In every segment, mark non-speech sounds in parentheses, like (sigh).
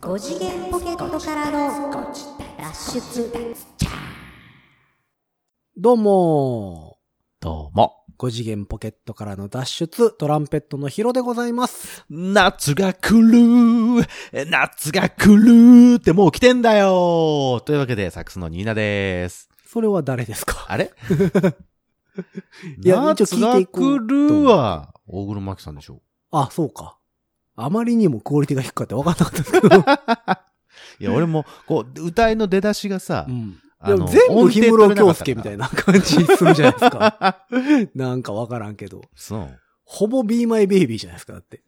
5次元ポケットからの脱出どうもどうも。ー。5次元ポケットからの脱出、トランペットのヒロでございます。夏が来る夏が来るってもう来てんだよというわけで、サックスのニーナです。それは誰ですかあれ (laughs) いや夏一応聞いがていこ来うと思うるは、大黒摩季さんでしょあ、そうか。あまりにもクオリティが低かった分かんなかったですけ (laughs) ど。いや、俺も、こう、歌いの出だしがさ、うん、あでのも全部氷室京介みたい。音程取れな感なかっじするじゃないです (laughs) か。なんかわからんけど。たそう。ほぼ Be My Baby じゃないですか、だって。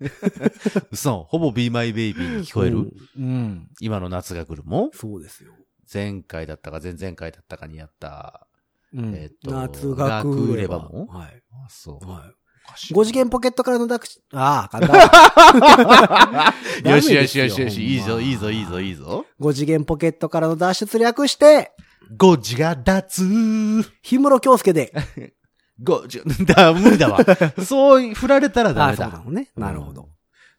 嘘。ほぼ Be My Baby に聞こえる、うんうん。今の夏が来るもそうですよ。前回だったか前々回だったかにやった。うんえっと夏が来れば夏が来ればもはい。あ、そう。はおかしい。い5次元ポケットからの脱出、ああ、簡単。 (laughs) よしよしよしよダメですし、よいいほんぞまいいぞいいぞいいぞ。 5次元ポケットからの脱出略して、ゴジが脱氷室京介で。ゴジ、だ、無理だわ。 (laughs) そう、振られたらダあメそうなだ。のね。うんなるほど。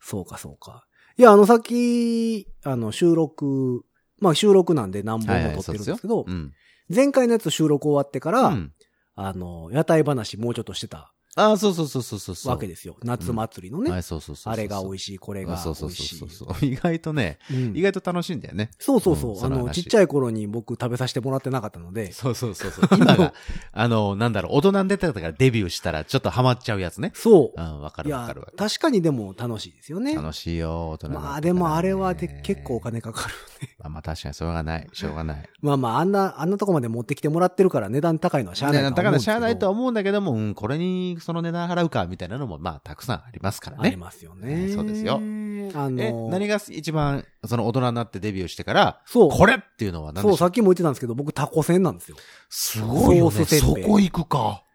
そうか、そうか。いや、あの、さっき、あの、収録、まあ、収録なんで何本も撮ってるんですけど、うん。前回のやつ収録終わってから、うんあの、屋台話もうちょっとしてたあ、そうそうそうそうそうそう。わけですよ。夏祭りのね、はい、そうそうそうそう。あれが美味しい。しい、これが美そうそう味そうしいそう。そう。意外とね、うん意外と楽しいんだよね。そうそうそうう。んあそのの、ち話っちゃい頃に僕食べさせてもらってなかったので、そうそうそうそう。 (laughs) 今 (laughs) が、あの、なんだろう、大人に出てたからデビューしたらちょっとハマっちゃうやつね。そうう。ん、わかいるわやかるわ、か確かにでも楽しいですよねる。。楽しいよ、大人になってまからあねでもあれはで結構お金かかる。まあまあ確かにそれがない。しょうがない。まあまあ、あんな、あんなとこまで持ってきてもらってるから値段高いのはしゃあないとはね思うだかんですらしけど。ゃあないとは思うんだけども、うん、これにその値段払うか、みたいなのも、まあ、たくさんありますからありね。ますよね。そうですよあえ、の、何が一番、その大人になってデビューしてから、そう。これっていうのは何そでう、しょさうっきも言ってたんですけど、僕タコせんなんですよ。すごいよソーね。スせんそべいこ行くか。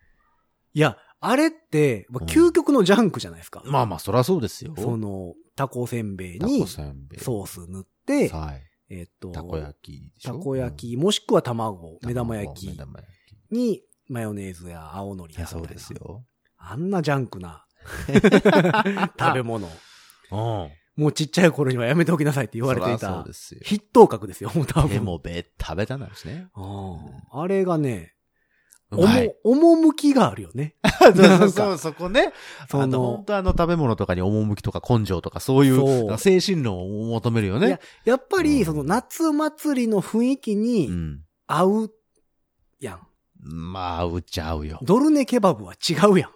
いや、あれって、まあうん究極のジャンクじゃないですか。まあまあ、そりゃそうですよ。その、タコせんべいタにコ、せんべい。ソース塗って、はい。えっと、たこ焼きでしたょこ焼うき、もしくは卵、ん目玉焼目き玉焼き。に、マヨネーズや青のりいやや、そうです。よ。あんなジャンクな食べ物。うん。もうちっちゃい頃にはやめておきなさいって言われていそりゃそうたで、すよ。筆頭格ですよ、もう多分。でも、べ、食べたなんですね。うんあれがね、うまい。おも、趣があるよね。 (laughs) そうなんそかうそう、そこね。そあの、の本、当あの食べ物とかに趣とか根性とかそういうそうなんか精神論を求めるよいね。やっぱうり、んその夏祭りの雰囲気うにん。合うやん。まあ、合うっちゃ合うよ。ドルネケバブは違うやん。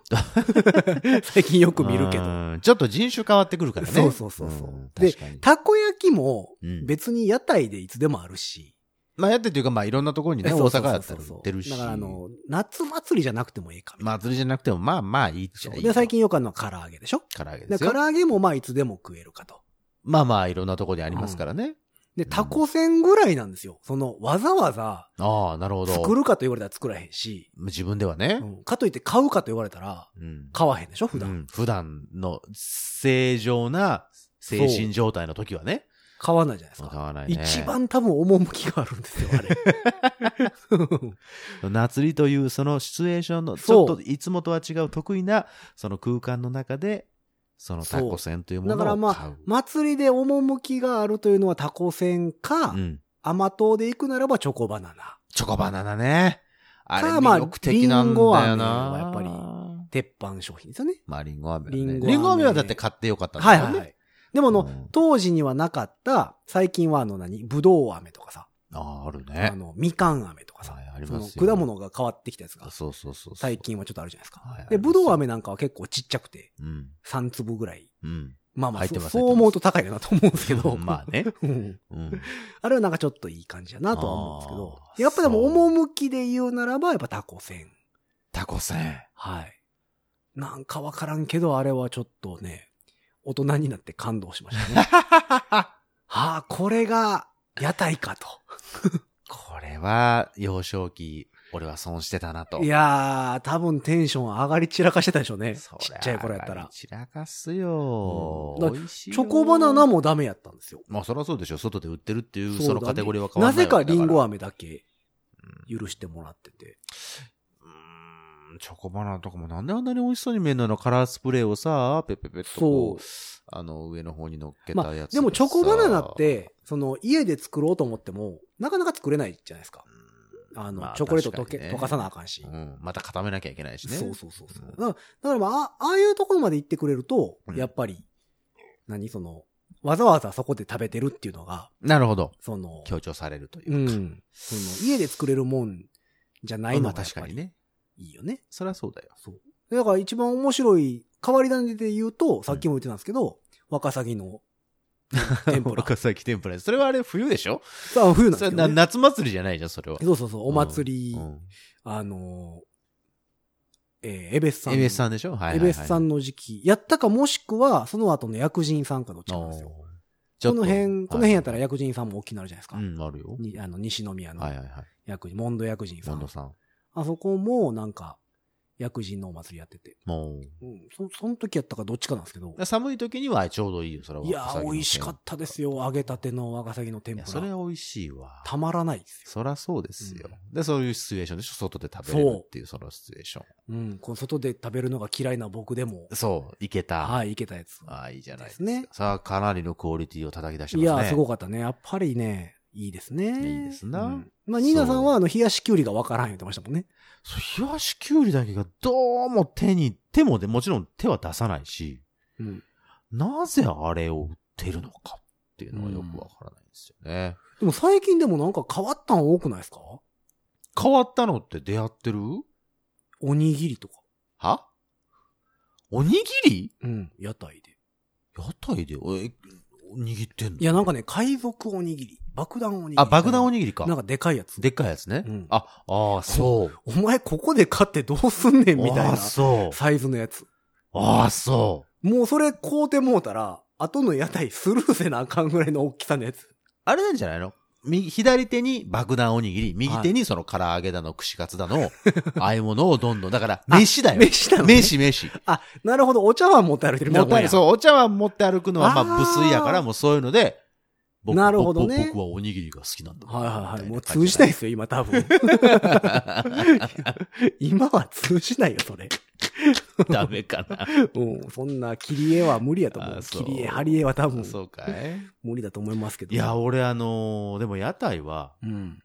(laughs) 最近よよく見るけど。ちょっと人種変わってくるからね。そうそうそうそうんで確かに。たこ焼きもうん別に屋台でいつでもあるし。まあ、やってというか、まあ、いろんなところにね、そ大うそ阪うそうだったら売ってるし。だからあの、夏祭りじゃなくてもいいかみたいな。祭りじゃなくても、まあまあ、いいっちゃいい。で、最近よくあるのは唐揚げでしょ唐揚げでです唐よ。揚げもまあいつでも食えるかと。まあまあ、いろんなところにありますからね。で、タコせんぐらいなんですよ。その、わざわざああ、なるほど。作るかと言われたら作らへんし、自分ではねう。んかといって買うかと言われたら、うん買わへんでしょ、普段。うん普段の正常な精神状態の時はね。買わないじゃないです買か。わないね。一番多分趣があるんですよ、あれ。 (laughs) 祭りというそのシチュエーションの、ちそょうっといつもとは違う得意な、その空間の中で、そのタコせんというものだをか買う。らまあ、祭りで趣があるというのはタコせんか、うん。甘党で行くならばチョコバナナ。チョコバナナね。あれか魅力的なんだよまあリンな。ゴ飴はやっぱり鉄板商品ですよね。まあ、リンゴ飴、ね。リリンンゴゴ飴飴,、はだって買ってよかったんはだいもはいんねはい。でもあの、うん当時にはなかった、最近はあの何、ぶどう飴とかさ、ああ、あるあね。の、みかん飴とかさはい、ありそまのすよ果物が変わってきたやつが、そうそうそうそう。最。近はちょっとあるじゃないですか。はいありますで、よぶどう飴なんかは結構ちっちゃくて、うん。 3粒ぐらい。うん。まあまあ、入ってそますそう思うと高いかなと思うんですけど。まあね。 (laughs) うんうん。あれはなんかちょっといい感じだなとは思うんですけどあ。ーやっぱでも、そう趣で言うならば、やっぱタコせん。タコせ (laughs) ん。はい。なんかわからんけど、あれはちょっとね、大人になって感動しましたね。(laughs) はあ、これが屋台かと。これは、幼少期、俺は損してたなと。いやー、多分テンション上がり散らかしてたでしょうね。そちりゃっちゃい頃やったら。散らかすよ、うんだ美味しいチよョコバナナ。もダメやったんですよ。まあ、そりゃそうでしょ。外で売ってるっていそう、うだそねのカテゴリーは変わならないぜわかけだリンらゴ飴だけ許してもらってて。うーんうん、チョコバナナとかもなんであんなに美味しそうに見えるのよなカラースプレーをさ、ペペペッとそうこう、あの、上の方に乗っけまたあやつ、でもチョコバナナっ、て、その家で作ろうと思っても、なかなか作れないじゃないですか。あの、まあチョコレート溶け、確かにね溶かさなあかんし。うん、また固めなきゃいけないしね。そうそうそうそう、うんだから、だからまあ、あああいうところまで行ってくれるとう、んやっぱり、何その、わざわざそこで食べてるっていうのが、なるほど。その、強調されるといううか。ん。その、家で作れるもんじゃないまのあがやっ確かぱにりね。いいよね。そりゃそうだよ。そう。でだから一番面白い、変わり種で言うと、さっきも言ってたんですけど、ワカサギの (laughs) 天ぷら。若崎天ぷら。それはあれ冬でしょさあ、冬なんそですれけなど、ね。夏祭りじゃないじゃん、それは。そうそうそう、お祭り、うんあのー、えー、エベスさん。エベスさんでしょはいはい、エはい。ベスさんの時期、やったかもしくは、その後の薬人さんかどっちかなんですよ。おーこちょっとの辺、この辺やったらはい薬人さんも大きくなるじゃないですか。うん、あるよ。にあの西宮のはいはいはい。薬人、モンド薬人さモンんド。さん。あそこもなんか、薬人のお祭りやってて。もうん、そその時やったかどっちかなんですけどう。。寒い時にはちょうどいいよ、それは。いやー、美味しかたったですよ。揚げたてのワカサギの天いぷや、ら。それは美味しいわ。たまらないですよ。そらそうですよ、うで、そういうシチュエーションでしょ外で食べれるっていう、そのシチュエーション。うん、この外で食べるのが嫌いな僕でも、そう、いけた。はい、いけたやつ。ああ、いいじゃないですか。ですねさあ、かなりのクオリティを叩き出していますね。やー、すごかったね。やっぱりね、いいですね。いいですなうんまあ、ニーナさんは、あの、冷やしきゅうりがわからん言ってましたもんね。そう冷やしきゅうりだけがどうも手に、手もで、もちろん手は出さないし、うん。なぜあれを売ってるのかっていうのがよくわからないんですよね。でも最近でもなんか変わったん多くないですか変わったのって出会ってるおにぎりとか。はおにぎりうん、屋台で。屋台で、おえ握ってんのいや、なんかね、海賊おにぎり。爆弾おにぎり。あ、爆弾おぎにぎりか。なんかでかいやつ。でっかいやつね。うんあ、ああ、そう。お前ここで買ってどうすんねん (laughs) みたいあなあ、そう。サイズのやつ。ああ、そう。もうそれ買うてもうたら、後の屋台スルーせなあかんぐらいの大きさのやつ。あれなんじゃないの右、左手に爆弾おにぎり、右手にその唐揚げだの、串カツだの、 (laughs) ああいうものをどんどん、だから、あ飯だよ。飯だよ、ね。飯、飯。あ、なるほど。お茶碗持って歩いてるみたいなもんや。そう、お茶碗持って歩くのは、まああ、ー無粋やから、もうそういうので、僕なるほどね僕僕はおにぎりが好きなんだ。はいはいはい。もうみたな感通じじじゃないですよ、今多分。今は通じないよ、それ。 (laughs) ダメかな。うん。そんな、切り絵は無理やと思あう。そう切り絵、貼り絵は多分そうかい。無理だと思いますけど。いや、、俺あのーでも屋台は、うん。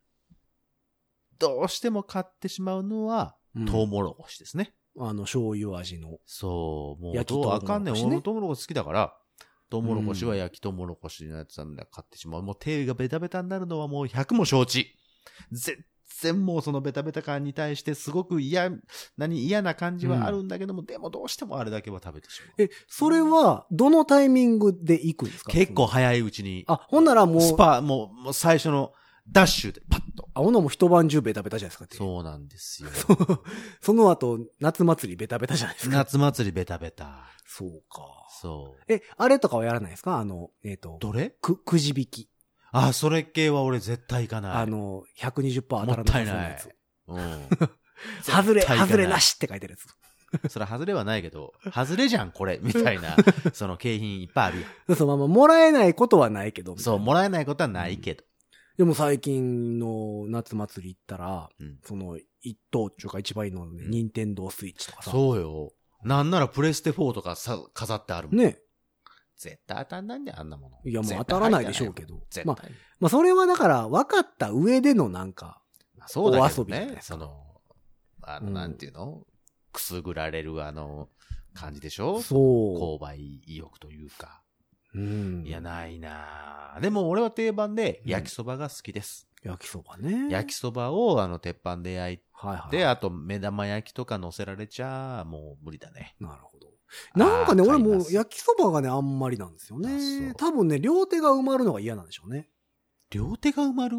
どうしても買ってしまうのは、うんトウモロコシですね。あの、醤油味の。そう、もう、焼きどうトウモロコあシねかんねん。俺もトウモロコシ好きだから、トウモロコシは焼きトウモロコシのやつなんだ買ってしまう。もう手がベタベタになるのはもう100も承知。全然もうそのベタベタ感に対してすごく嫌、何、嫌な感じはあるんだけども、でもどうしてもあれだけは食べてしまう。え、それは、どのタイミングで行くんですか結構。早いうちに、あ、ほんならもう、スパ、もう、もう最初のダッシュでパッと。あ、ほんならもう一晩中ベタベタじゃないですかって。そうなんですよ。 (laughs) その後、夏祭りベタベタじゃないですか。夏祭りベタベタ。そうか。そう。え、あれとかはやらないですかあの、えっ、と、どれく、くじ引き。あ、それ系は俺絶対行かない。あの、120%当たらなもさっそたういななやいつ。。うん。 (laughs) 外れ、絶対行かない外れなしって書いてるやつ。それ外れはないけど、外れじゃん、これ、みたいな、 (laughs) その景品いっぱいあるやん。そうそう、まあまあ、もらえないことはないけど。そう、もらえないことはないけど。でも最近の夏祭り行ったら、うんその、一等っていうか一番いいのね、うん任天堂スイッチとかさ。そうよ。なんならプレステ4とかさ、飾ってあるもん。ね。絶対当たんないんだよ、あんなもの。いや、もう絶当た対らないでしょうけど。絶ま対あ、。まあ、それはだから、分かった上でのなんか、まあそうだけお遊どびじゃないねで。すかその、あの、うんなんていうのくすぐられる、あの、感じでしょそ購買意欲というか。う。うん。いや、ないなぁでも俺は定番で焼きそばが好きです。焼きそばね。焼きそばをあの鉄板で焼いてはいはい。で、あと、目玉焼きとか乗せられちゃ、もう無理だね。なるほど。なんかね、あ俺ー買いもます焼きそばがね、あんまりなんですよあね。そ多分ね、両手が埋まるのが嫌なんでしょうね。両手が埋まる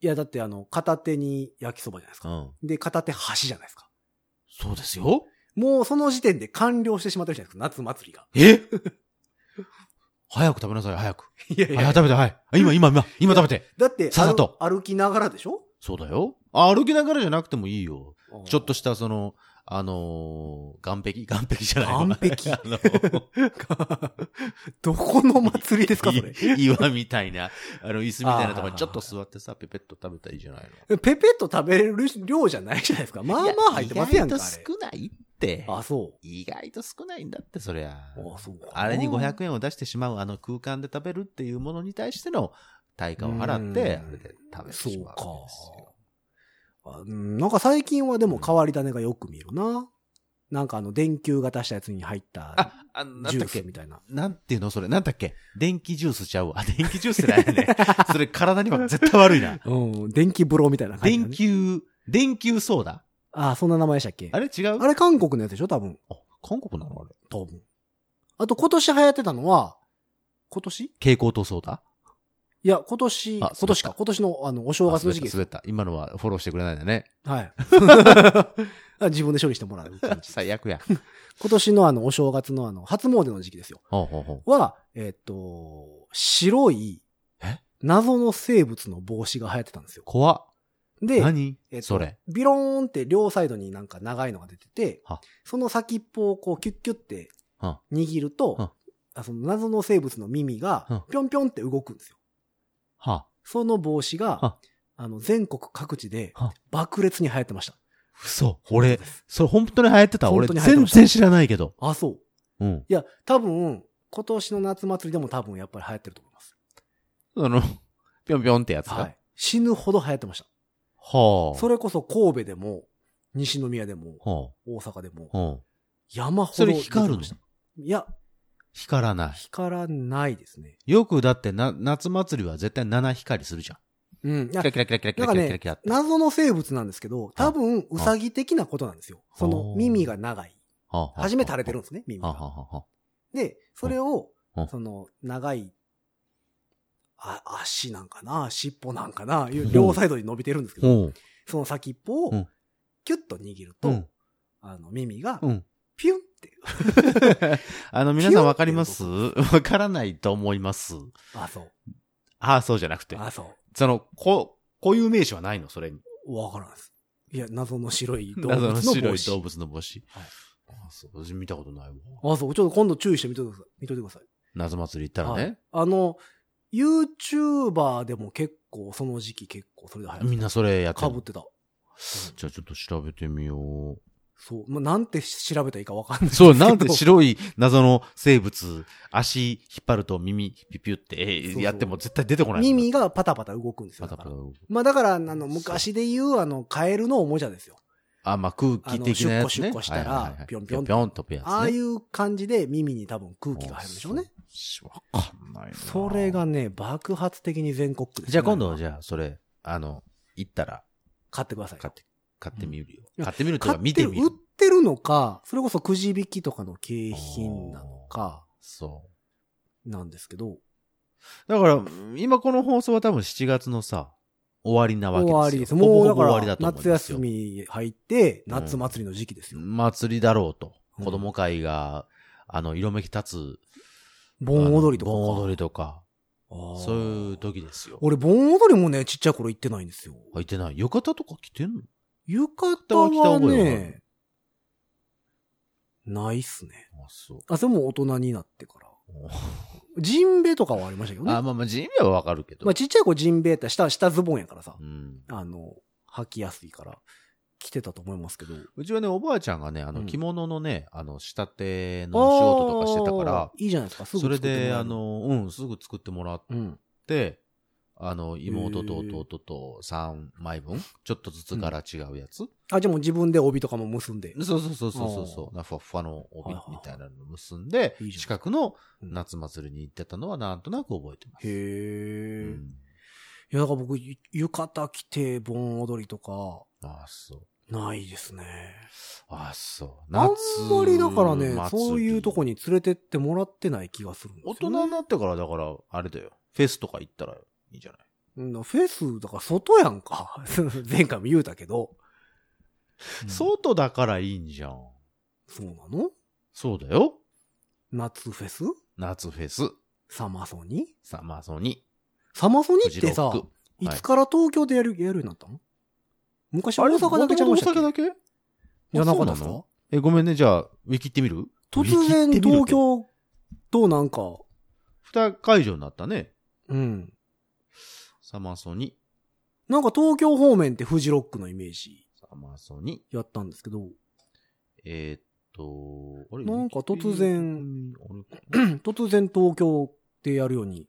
いや、だってあの、片手に焼きそばじゃないですうか。ん。で、片手箸じゃないですか。そうですよ。もうその時点で完了してしまってるじゃないですか、夏祭りが。え (laughs) 早く食べなさい、早く。いやい早く食べて、はい。今、今、今、今食べて。だって、さっさと歩歩きながらでしょそうだよ。あ歩きながらじゃなくてもいいよ。ちょっとしした、その、あのー、岸壁 (laughs) 岸壁じゃないわ岸壁 (laughs) あの (laughs) た。どこの祭りですか、それ。い岩みたいな、あの、椅子みたいなところにちょっと座ってさ、ペペッと食べたらいいじゃないの。ペペッと食べれる量じゃないじゃないですか。まあまあ入ってますやんか、あ意外と少ないって。れ。あ、そ意外と少ないんだって、そりゃ。う。あ、そうかあれに500円を出してしまう、あの空間で食べるっていうものに対しての対価を払って、うんあれで食べてしまうわけですあよ。うんなんか最近はでも変わり種がよく見るな。なんかあの、電球が足したやつに入ったあ、あの、なジんュだーっけスみたいな。 (laughs) なんていうのそれ、なんだっけ電気ジュースちゃうわ。あ電気ジュースってなんや (laughs) ね。それ体には絶対悪いな。うん、電気風呂みたいな感じ、ね。電。球、電球ソーダあ、そんな名前でしたっけあれ違うあれ韓国のやつでしょ多分。あ韓国なのあれ。多分。あと今年流行ってたのは、今年い蛍光灯ソーダや、今年、今あ年か滑っ。た今年の、あの、お正月の時期あです。滑った。滑った今のはフォローしてくれないんだね。はい。あ (laughs) 自分で処理してもらう感じ。最悪や。今年のあの、お正月のあの、初詣の時期ですよ。ほうほうほは、えっ、と、白いえ、謎の生物の帽子が流行ってたんですよ。怖っ。で、何えっとそれ。ビローンって両サイドになんか長いのが出てては、その先っぽをこうキュッキュッては握るはと、あその謎の生物の耳はがぴょんぴょんって動くんですよ。はその帽子がは、あの、全国各地では爆裂に流行ってました。嘘。俺、それ本当に流行ってた。本俺、当に流行って全ました然知らないけど。あ、そう。うん。いや、多分、今年の夏祭りでも多分やっぱり流行ってると思います。あの、ぴょんぴょんってやつだ。は。はい死ぬほど流行ってました。あ。それこそ神戸でも、西宮でも、は大阪でもあ。、はあ。山ほどそれ出てました。光るのいや、光らない。光らないですね。よくだってな、夏祭りは絶対七光りするじゃん。うん。キラキラキラキラキラキラキラキラって。謎の生物なんですけど、多分、ウサギ的なことなんですよ。そのあー耳が長い。はあはあ初め垂れてるんですね、耳はあはが。あはあで、それをうん、その、長い、あ、足なんかな、尻尾なんかな、いう両サイドに伸びてるんですけど、おうその先っぽうをん、キュッと握るうとん。、あの、耳がう、ん。ピュンって。あの、皆さんわかりますわからないと思います。あ、そう。ああ、そうじゃなくて。あ、そう。その、こう、こういう名詞はないのそれに。わからんです。いや、謎の白い動物謎の帽の子。白い動物の帽子。はいああそう。私見たことないわ。あ、そう。ちょっと今度注意してみてください。見といてください。謎祭り行ったらはいね。あの、YouTuber でも結構、その時期結構それで流行みんなそれやっってた。る被ってた。じゃあちょっと調べてみよう。そう。まあ、なんて調べたらいいかわかんないですけそど。う、なんで白い謎の生物、足引っ張ると耳ピュピュって、えそうーそうやっても絶対出てこない。耳がパタパタ動くんですよ。パタだパかタら。まあだから、あの、昔で言う、あの、カエルのおもちゃですよ。あ、まあ空気的なやつあのシュッコシュッね。コしたらはいはいはいピョンピョンピョンと飛ぶやつね。ああいう感じで耳に多分空気が入るんでしょうね。そう。わかんないな。それ。がね、爆発的に全国区ですね、じゃあ今度、じゃあそれ、あの、行ったら買ってください。買って、買ってみるうよ。ん買ってみるという買かっ見ててる、み売っる。てるのか、それこそくじ引きとかの景品なのか、そう。なんですけど、だから、今この放送は多分7月のさ、終わりなわけです終よ。わりです。ほぼもうほだぼ終わかりら、と思うんで夏すよ休み入って、夏祭りの時期ですよ。祭りだろうと。うん子供会が、あの、色めき立つ。盆踊りとかあか。の盆踊りとか。あーそういう時ですよ。俺、盆踊りもね、ちっちゃい頃行ってないんですよ。あ、いてない。浴衣とか着てんの浴衣は衣は着た覚えはあね、ないっすね。あ、そう。あ、それも大人になってから。ジンベとかはありましたけどね。あ、まあまあ、ジンベはわかるけど。まあ、ちっちゃい子ジンベって下、下ズボンやからさう、ん。あの、履きやすいから、着てたと思いますけど。うちはね、おばあちゃんがね、あうの、ん着物のね、あの、仕立ての仕事とかしてたからあ、ーいいじゃないですか、すぐそ作れってもらえるで、あ、の、うん、すぐ作ってもらっうん。て、あの、妹とへー弟と3枚分、ちょっとずつ柄違うやつ。あ、じゃあもう自分で帯とかも結んで。そうそうそうそうそうそう。なふわふわの帯みたいなの結んでいい、じゃん近くの夏祭りに行ってたのはなんとなく覚えてます。へうえ、いん、や、だから僕、ゆ浴衣着て盆踊りとか、ああ、そう。ないですね。ああ、そう。あんまりだから夏祭ね、りそういうとこ。に連れてってもらってない気がするんですよ、大ね。人になってから、だから、あれだよ。フェスとか行ったらいいじゃない。うんフェス、だから外やんか。 (laughs) 前回も言うたけど。うん外だからいいんじゃん。そうなのそうだよ。夏フェス夏フェス、サマソニサマソニ、サマソニフっジてロさ、ック。いはいつから東京でやる、やるようになったの昔大阪だけちゃいましたっ大阪だけけじゃなかったですかあそうなのえ、ごめんね、じゃあ、ウィキってみる突然東京となんか、二会場になったね。うん。サマソニ。なんか東京方面ってフジロックのイメージサマソニ。やったんですけど、えーっと、あれなんか突然。あれ突然東京でやるように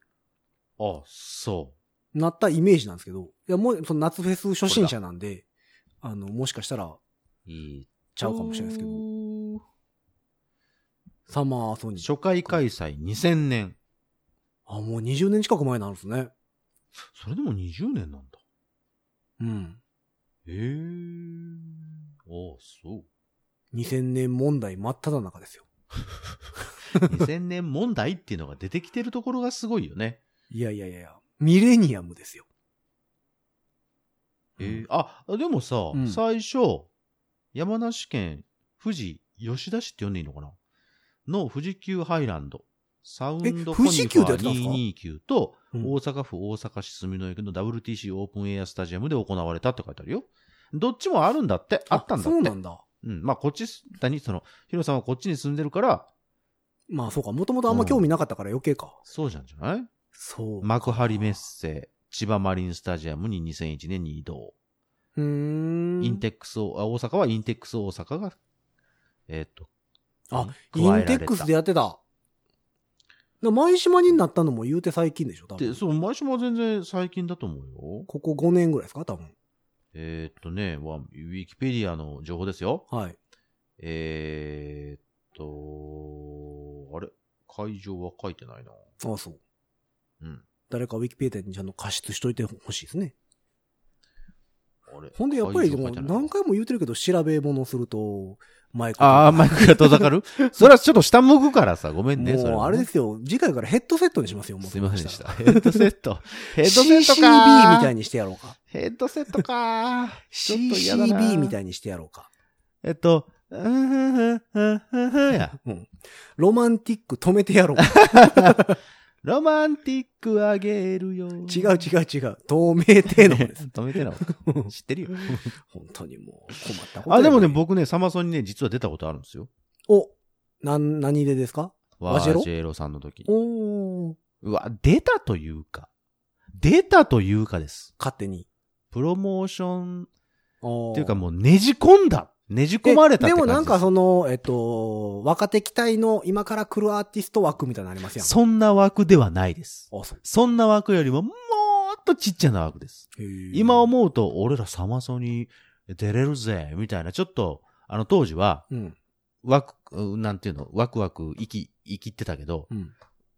あ、そなったイメージなんですけど、いやもうその夏フェス初心者なんで、あの、もしかしたらう。いい。ちゃうかもしれないですけど、ど。サマーソニー。初回開催2000年。あ、もう20年近く前なんですね。それでも20年なんだ。うん。へえ。ああ、そう。 2000年問題真っ只中ですよ。 2000年問題っていうのが出てきてるところがすごいよね。いやいやいやいや、ミレニアムですよ。えーあ、でもさ、うん最初、山梨県富士吉田市って呼んでいいのかなの富士急ハイランド、サウンドコニ富フ士ァ急でやーってたんですか229と、うん大阪府大阪市住之江区の WTC オープンエアスタジアムで行われたって書いてあるよ。どっちもあるんだって、あったんだっそて。うなんだ。うん。まあ、こっち、何その、ヒロさんはこっちに住んでるから、まあそうか、もともとあんま興味なかったから余計か。そうじゃんじゃないそう。幕張メッセ、千葉マリンスタジアムに2001年に移動。うーん。インテックスを、あ大阪はインテックス大阪が、えーっと、あ加えられインたテックスでやってた。で舞島になったのも言うて最近でしょ、多で、分。そう、毎週も全然最近だと思うよ。ここ5年ぐらいですか、多分。えーっとね、わウィキペディアの情報ですよ。はい。えーっと、あれ会場は書いてないな。ああ、そう。うん。誰かウィキペディアにちゃんと加筆しといてほしいですね。あれほんで、やっぱりでも会場書いてないな何回も言うてるけど、調べ物すると、マイク。ああ、マイクが遠ざ (laughs) かるそれはちょっと下向くからさ、ごめんね、それもう、はねあれですよ。次回からヘッドセットにしますよ、もう。すいませんでしそた。ヘッドセッ (laughs) ト。ヘッドセットうしたから CCB みたいに。にしてやろうか。ヘッドセットかーちょっと嫌だな CCB みたいにしてやろうか。えっと、うんうんうんうんうんうんや。うん。ロマンティック止めてやろう (laughs) か。ロマンティックあげるよ。違う違う違う。透明帝の方です。 (laughs) 止めてな。知ってるよ。本当にもう困ったことやあ、でもね、。僕ね、サマソンにね、実は出たことあるんですよ。お、なん、何でですかワワジジェェロロジェロさんの時に。おーうわ、出たというか。出たというかです。勝手に。プロモーションっっていうかもうねじ込んだ。ねじ込まれたってで感じもすなんかその、えっと、若手期待の今から来るアーティスト枠みたいなのありますやん。そんな枠ではないです。あ、そう。そんな枠よりも、もっとちっちゃな枠です。今思うと、俺らサマソに出れるぜ、みたいな、ちょっと、あの当時は、うん。ワク、うんなんていうの、ワクワク、生き、生きってたけど、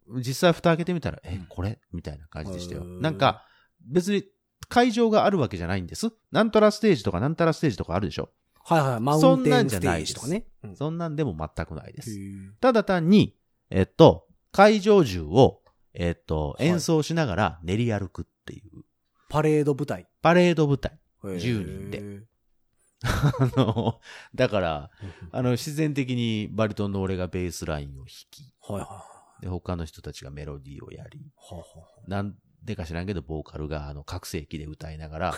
うん。実際蓋開けてみたら、うえん、これみたいな感じでしたよ。へーなんか、別に会場があるわけじゃないんです。なんたらステージとかなんたらステージとかあるでしょ。はいはい。マウそんンテなんンじゃステないでーすジとかね。うんそんなんでも全くないでへす。ーただ単に、えっと、会場中を、えっと、はい演奏しながら練り歩くっていう、パレード舞台。パレード舞台。10 (laughs) 10人であの、だから、あの、自然的にバリトンの俺がベースラインを弾き、はいはいはい。はで、他の人たちがメロディーをやり、あはなんでか知らんけど、ボーカルが、あの、覚醒器で歌いながら、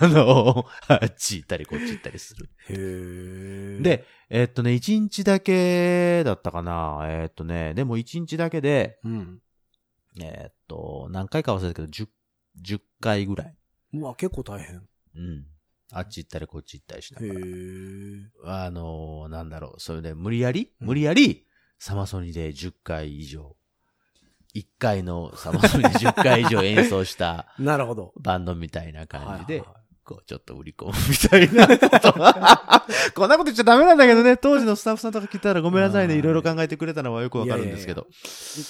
あの、あっち行ったりこっち行ったりする。あへー、で、えっとね、一日だけだったかな。えっとね、でも一日だけで、うん。えっと、何回か忘れたけど、10、10回ぐらい。うわ、結構大変。うん。あっち行ったりこっち行ったりしなへがら。え。あのーなんだろう、それで無理やり、無理やり、サマソニで10回以上、1回のサマソニで10回以上演奏したなるほど。バンドみたいな感じはいではいは、こう、ちょっと売り込むみたいなこと。 (laughs) こんなこと言っちゃダメなんだけどね、当時のスタッフさんとか聞いたらごめんなさいね、はいいろいろ考えてくれたのはよくわかるんですけど。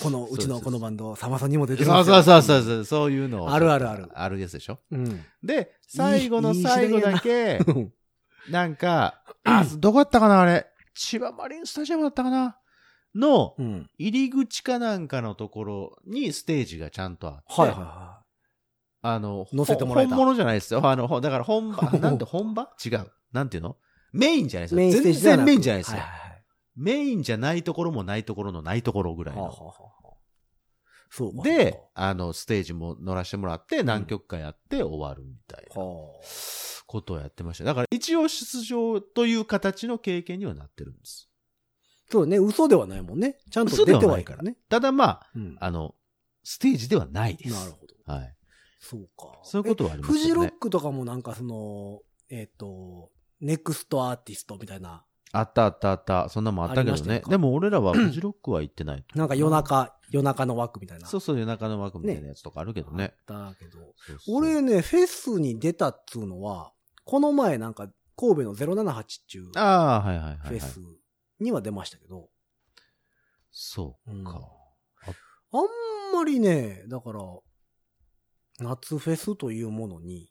この、うちのこのバンド、サマソにも出てるそうそうそうそうそう、そういうのをあるあるあるあるやつでしょ。う。うん。で、最後の最後だけ、うんなんか、あ、どこやったかなあれ。千葉マリンスタジアムだったかなのうん。入り口かなんかのところにステージがちゃんとあって、はいはいはあの、乗せてもらえたほん本物じゃないですよ。あの、ほだから本 (laughs) 場、なんで本場違う。なんていうのメインじゃないですい。メインよ。ステー全ジでは然なくメインじゃないですよは。はいはいメインじゃないところもないところのないところぐらいはあはの。あはあそうか。で、あの、ステージも乗らせてもらって、何曲かやって終わるみたいそうなか、ことをやってました。だから一応出場という形の経験にはなってるんです。そうね、嘘ではないもんね。ちゃんと嘘で出はてなはいいからね。ただまうんあ、あの、ステージではないです。なるほど。はい。そうか。そういうことはありえますフよね。ジロックとかもなんかその、えっ、と、ネクストアーティストみたいな、あったあったあった。そんなもんあったけありまどしたよねか。でも俺らはフジロックは行ってないと。なんか夜中、夜中の枠みたいな。そうそう、夜中の枠みたいなやつとかあるけどね。だけど。そうそう俺ね、フェスに出たっつうのは、この前なんか神戸の078っちゅうフああ、はいはいはい、はい。ェスには出ましたけど、そううんか。あんまりね、だから、夏フェスというものに、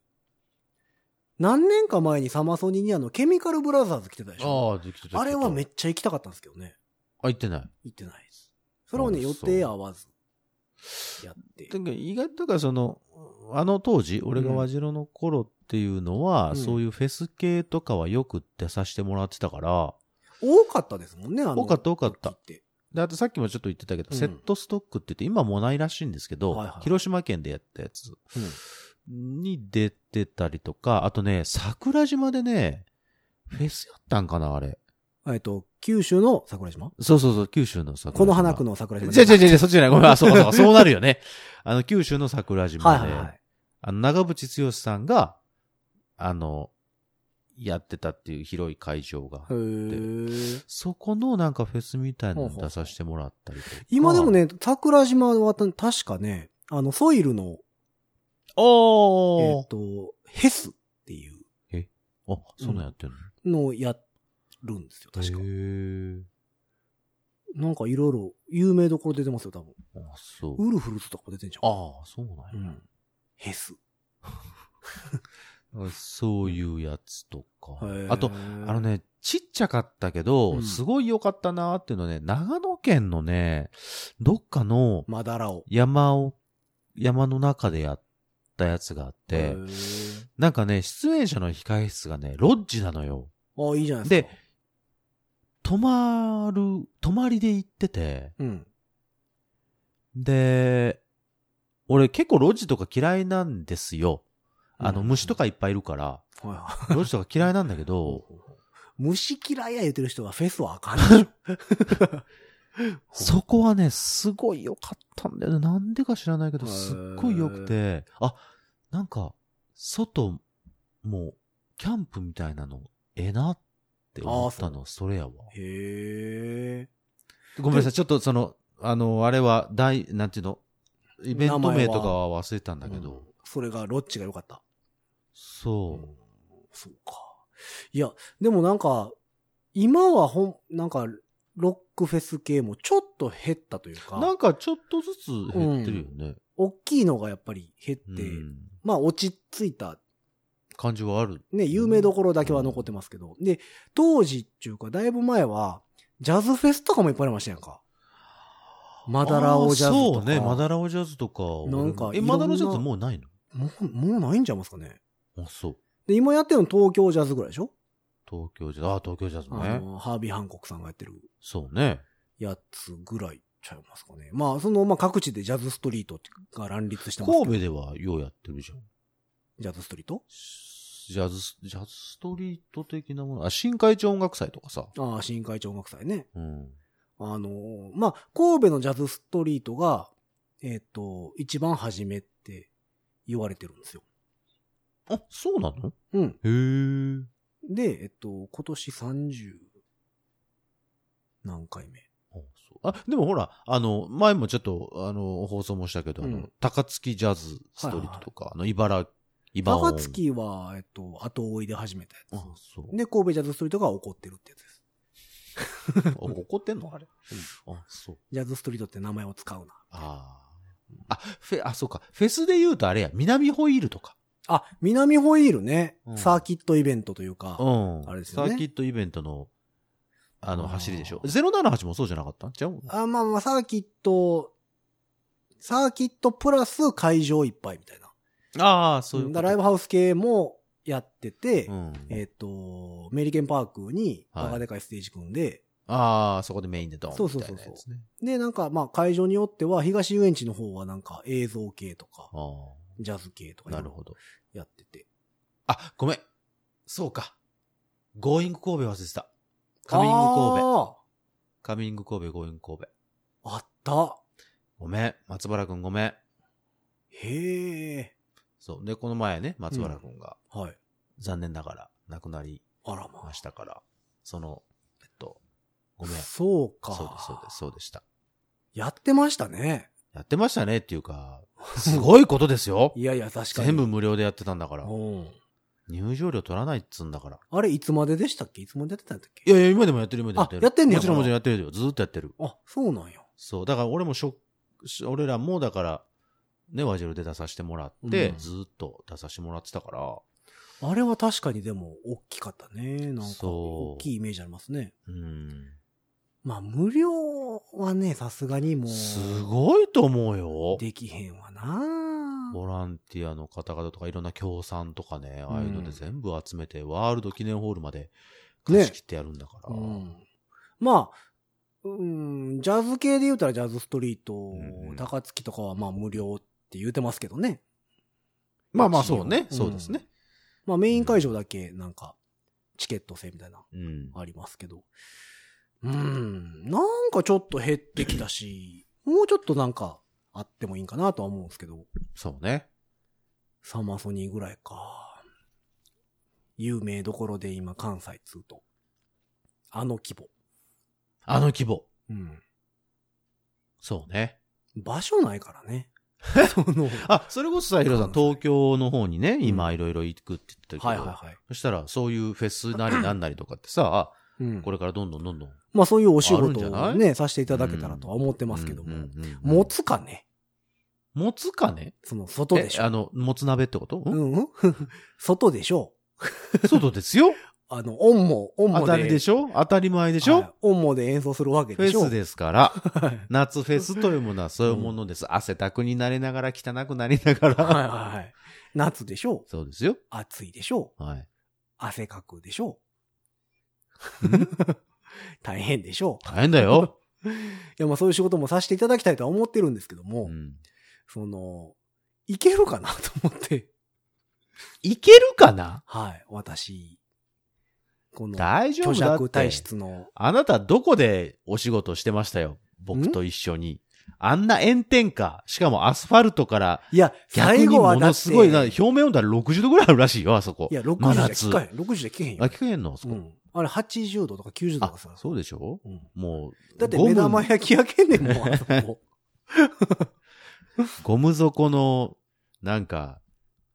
何年か前にサマソニにあの、ケミカルブラザーズ来てたでしょ。ああ、できてた。あれはめっちちゃ行きたかったんですけどね。ゃ。あ、行ってない。行ってないです。それはね、あ予そう定合わず、やって。だから意外とだからその、あの当時、俺が和白の頃っていうのは、うんそういうフェス系とかはよく出させてもらってたから、多かったですもんね、あの。多かった多かった時てで、あとさっきもちょっと言ってたけど、うんセットストックって言って、今もうないらしいんですけど、はいはい広島県でやったやつうんに出てたりとか、あとね、桜島でね、フェスやったんかな、あれ。えっと、九州の桜島そうそうそう、九州の桜島。この花区の桜島。じゃじゃじゃそっちじゃない。ごめん、あ、そうか (laughs) そうか、そうなるよね。あの、九州の桜島はいで、はいはい。あの、長渕剛さんが、あの、やってたっていう広い会場がへ。ーそこのなんかフェスみたいなほうのほうほう出させてもらったりとか。今でも、ね、桜島はた確かね、あの、ソイルの、えっ、おー、と、ヘスっていあ、そんなんやってるの、うのをやるんですよ、確かへ。ーなんかいろいろ有名どころ出てますよ、多分。あ、そう。ウルフルズとかも出てんじゃん。ああ、そううなんや。ん。ヘス。そういうやつとかへ。ーあと、あの、ね、ちっちゃかったけど、うんすごい良かったなーっていうのはね、長野県のね、どっかのマダラを。山を、山の中でやったやつがあってへ、ーなんかね、出演者の控え室がね、ロッジなのよ。あ、いいじゃないですか。泊まる、泊まりで行ってて、で、うん。で、俺結構ロッジとか嫌いなんですよ。あの、うん虫とかいっぱいいるから、はいはい。ロッジとか嫌いなんだけど、虫嫌いや言ってる人はフェスはあかん (laughs) でしょ。そこはね、すごい良かったんだよね。なんでか知らないけど、へーすっごい良くて、あ、なんか、外、も、キャンプみたいなの、ええなって思ったの、それやわ。へえ。ごめんなさい、ちょっとその、あの、あれは、大、なんていうの、イベント名前名はとかは忘れたんだけど、うんそれがロッチが良かった。そう。そうか。いや、でもなんか、今はほん、なんか、ロックフェス系もちょっと減ったというか、なんかちょっとずつ減ってるよね。大きいのがやっぱり減って、うんまあ落ち着いた、感じはある。ね、有名どころだけは残ってますけど、で、当時っていうか、だいぶ前は、ジャズフェスとかもいっぱいありましたやんか。マダラオジャズとか。あーそうね、マダラオジャズとかを。なんかえ、いろんなマダラオジャズもうないもう、もうないんちゃいますかね。のあ、そう。で、今やってるの東京ジャズぐらいでしょ、東京ジャズ、あー東京ジャズあね。の、ハービー・ハンコックさんがやってるそうね。やつぐらいちゃいますかね。まあ、その、まあ、各地でジャズストリートが乱立してますけど。神戸ではようやってるじゃん。ジャズストリートジャズ、ジャズストリート的なもの。あ、新海町音楽祭とかさ。ああ、新海町音楽祭ね。うん。あのーまあ、神戸のジャズストリートが、えっ、と、一番初めって言われてるんですよ。あ、そうなのうん。へーで、えっと、今年30何回目。あそうあ、でもほら、あの、前もちょっと、あの、放送もしたけど、うあのん、高槻ジャズストリートとか、あの、茨、茨音高。槻は、えっと、後追いで始めたやあ、そう。つ。で、神戸ジャズストリートが怒ってるってやつです。あ怒ってんのあれ。あ、そう。ジャズストリートって名前を使うな。ああ。あ、フェ、あ、そうか。フェスで言うとあれや、南ホイールとか。あ、南ホイールね、うんサーキットイベントというか、うん。あれですよねサーキットイベントの、ああの、ー走りでしょ。078もそうじゃなかったんちゃうあ、まあまあ、サーキット、サーキットプラス会場いっぱいみたいな。ああ、そういううんこだと。からライブハウス系もやってて、うん。えっ、と、メリケンパークにバカでかいステージ組んで、ああ、そこでメインでドンみたそいうなそうやつそうね。そうで、なんか、まあ、会場によっては、東遊園地の方はなんか映像系とか、ジャズ系とああ、か、なるほど。やってて。あ、ごめん。そうか。ゴーイング神戸忘れてた。カミング神戸。戸。カミング神戸、ゴーイング神戸。あった。ごめん。松原くんごめん。へえ。そう。で、この前ね、松原くんが、はい。残念ながら亡くなりあらまましたから、その、えっと、ごあ。めん。そうそうか。です、そうです、そうでした。やってましたね。やってましたねっていうか、すごいことです (laughs) よ。いやいや、確かに。全部無料でやってたんだから。うん。入場料取らないっつうんだから。あれ、いつまででしたっけいつまでやってたんだっいけやいや、今でもやってる、今でもやってる。あやってんねやもちろんもちろんやってるよ。ずーっとやってる。あ、そうなんや。そう。だから俺もしょ、し俺らもだから、ね、ワジルで出させてもらって、うんずーっと出させてもらってたから、あれは確かにでも、大きかったね。なんか、そう大きいイメージありますね。うん。まあ、無料はね、さすがにもう、すごいと思うよ。できへんわなボランティアの方々とかいろんな協賛とかね、んああいうので全部集めて、ワールド記念ホールまで貸し切ってやるんだから。うん。まあ、うん、ジャズ系で言うたらジャズストリート、ん高槻とかはまあ無料って言うてますけどね。まあまあそうね、うんそうですね。まあメイン会場だけなんか、チケット制みたいな、うん。ありますけど。うん、なんかちょっと減ってきたし、もうちょっとなんかあってもいいんかなとは思うんですけど、そうね。サマソニーぐらいか。有名どころで今関西通と。あの規模。あの規模。うん。そうね。場所ないからね。 (laughs) その、あ、それこそさ、ヒロさん、東京の方にね、今いろいろ行くって言ってたけど、はいはいはい。そしたら、そういうフェスなりなんなりとかってさ、うん。これからどんどんどんどん。いまあそういうお仕あるんじ事ゃをなね、させていただけたらとは思ってますけども。持も、つかね持つかねその外でえしょあ。の、もつ鍋ってこと、、うんん、うん、 (laughs) 外でしょ。外ですよ。あの、オンも、オンも当たりでししょ当たり前でしょ、はいオンもで演奏するわけフでしょ。ェスですから。はい。夏フェスというものはそういうものです。汗だくになりながら、汚くなりながら。はいはいはい。夏でしょ。そうですよ。暑いでしょ。はい。汗かくでしょ。 (laughs) 大変でしょ。大変 (laughs) だよ。いや、まあそういう仕事もさせていただきたいとは思ってるんですけども、うんその、いけるかなと思って。いけるかなはい、私。この、大丈虚夫だ弱っ体て。質の、あなたどこでお仕事してましたよ。僕と一緒に。あんな炎天下。しかもアスファルトからいや、逆最に後もはだのっすて、ごいな。表面温度は60度ぐらいあるらしいよ、あそこ。いや、60真じゃ聞夏。かあ、へん。60じゃ聞けへんよ。聞けへんのそうこ。ん。あれ、80度とか90度とあかさ。、そうでしょうんもう。だってゴム目玉焼き焼けんねんもん、あそ (laughs) こ。ゴム底の、なんか、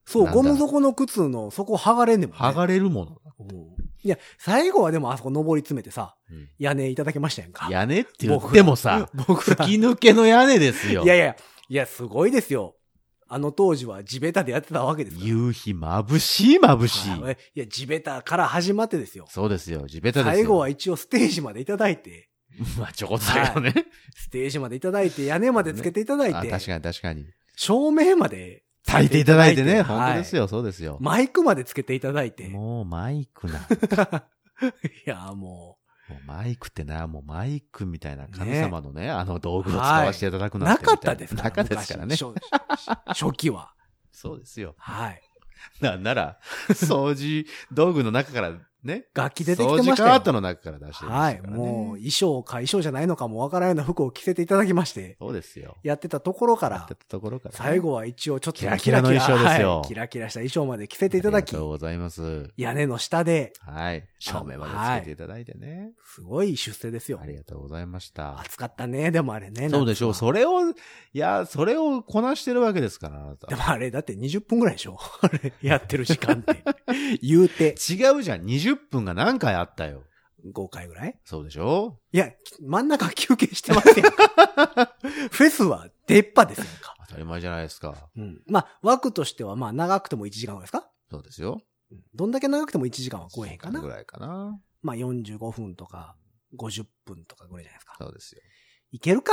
そう、なんゴだム底の靴の底剥がれんねんもん、ね。剥がれるもの。うんいや、最後はでもあそこ登り詰めてさ、うん屋根いただけましたやんか。屋根って言ってもさ、 (laughs) 僕ら、吹き抜けの屋根ですよ。いやいや、いや、すごいですよ。あの当時は地べたでやってたわけですから。夕日眩しい眩しい。はいいや、地べたから始まってですよ。そうですよ。地べたですよ。最後は、一応ステージまでいただいて、まあちょこっとだけどね。ステージまでいただいて、屋根までつけていただいあて、確かに確かに。照明まで、炊いていただいてね。はい本当ですよ。そうですよ。マイクまでつけていただいて、もうマイク (laughs) な。いや、ももうマイクってな、もうマイクみたいな神ね様のね、あの道具を使わせていただくう、なんなてかったですからなかったですからね。昔初初初期は。そうですよ。はい。なんなら、 (laughs) 掃除道具の中からね、楽器出てき掃て除ましカたートよ。の中から出してまはしい。たからね。もう、衣装か衣装じゃないのかもわからんような服を着せていただきまして、そうですよ。やってたところかやっらて、たところからね。最後は一応ちょっとキラキラの衣装ですよはいキラキラした衣装まで着せていただきありがとう、ございます。屋根の下で、はい。照明までつけていただいてね。すごい出世ですよあ。りがとうございました。暑かったね、でもあれね。そうでしょう。夏はそれを、いや、それをこなしてるわけですから、あなたで。もあれ、だって20分ぐらいでしょ (laughs) あれ、やってる時間って。言うて、違うじゃん。20分が何回あったよ。 5回ぐらいそうでしょいや、真ん中休憩してますやんか。 (laughs) フェスは出っ歯ですやんか。当たり前じゃないですか。うん。まあ、枠としては、まあ、長くても1時間ぐらいですかそうですよ。うんどんだけ長くても1時間は超えへんかなそれぐ。らいかな。まあ、45分とか、50分とかぐらいじゃないですか。そうですよ。いけるか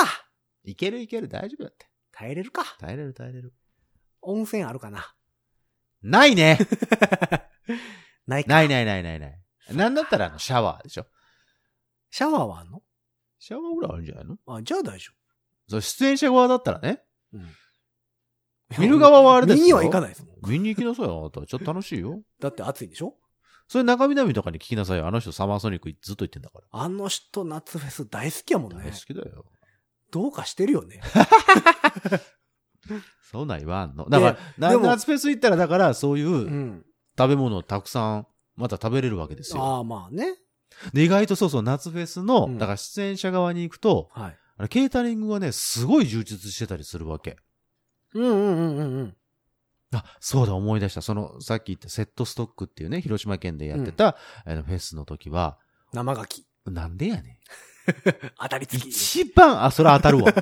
いけるいける、大丈夫だって。耐えれるか耐えれる耐えれる。温泉あるかなないね (laughs) ないかないないないないない。なんだったらあのシャワーでしょシャワーはあんのシャワーぐらいあるんじゃないのあ、じゃあ大丈それ出演者側だったらね。夫。うん。見る側はあれですよ見には行かないですもん。見に行きなさいよ、あなた。ちょっと楽しいよ。だって暑いでしょそれ中南とかに聞きなさいよ。あの人サマーソニックずっと言ってんだから。あの人夏フェス大好きやもん大ね好。きだよ。どうかしてるよね。そうなん言わんの。だから、でなも。夏フェス行ったら、だからそういううん食べ物をたくさん、また食べれるわけですよ。ああ、まあね。で、意外とそうそう、夏フェスの、うんだから出演者側に行くと、はい。あれケータリングがね、すごい充実してたりするわけ。うんうんうんうんうん。あ、そうだ、思い出した。その、さっき言ったセットストックっていうね、広島県でやってた、あのフェスの時は、生ガキ。なんでやね当たりん。付き。一番、あ、それ当たる (laughs) わ。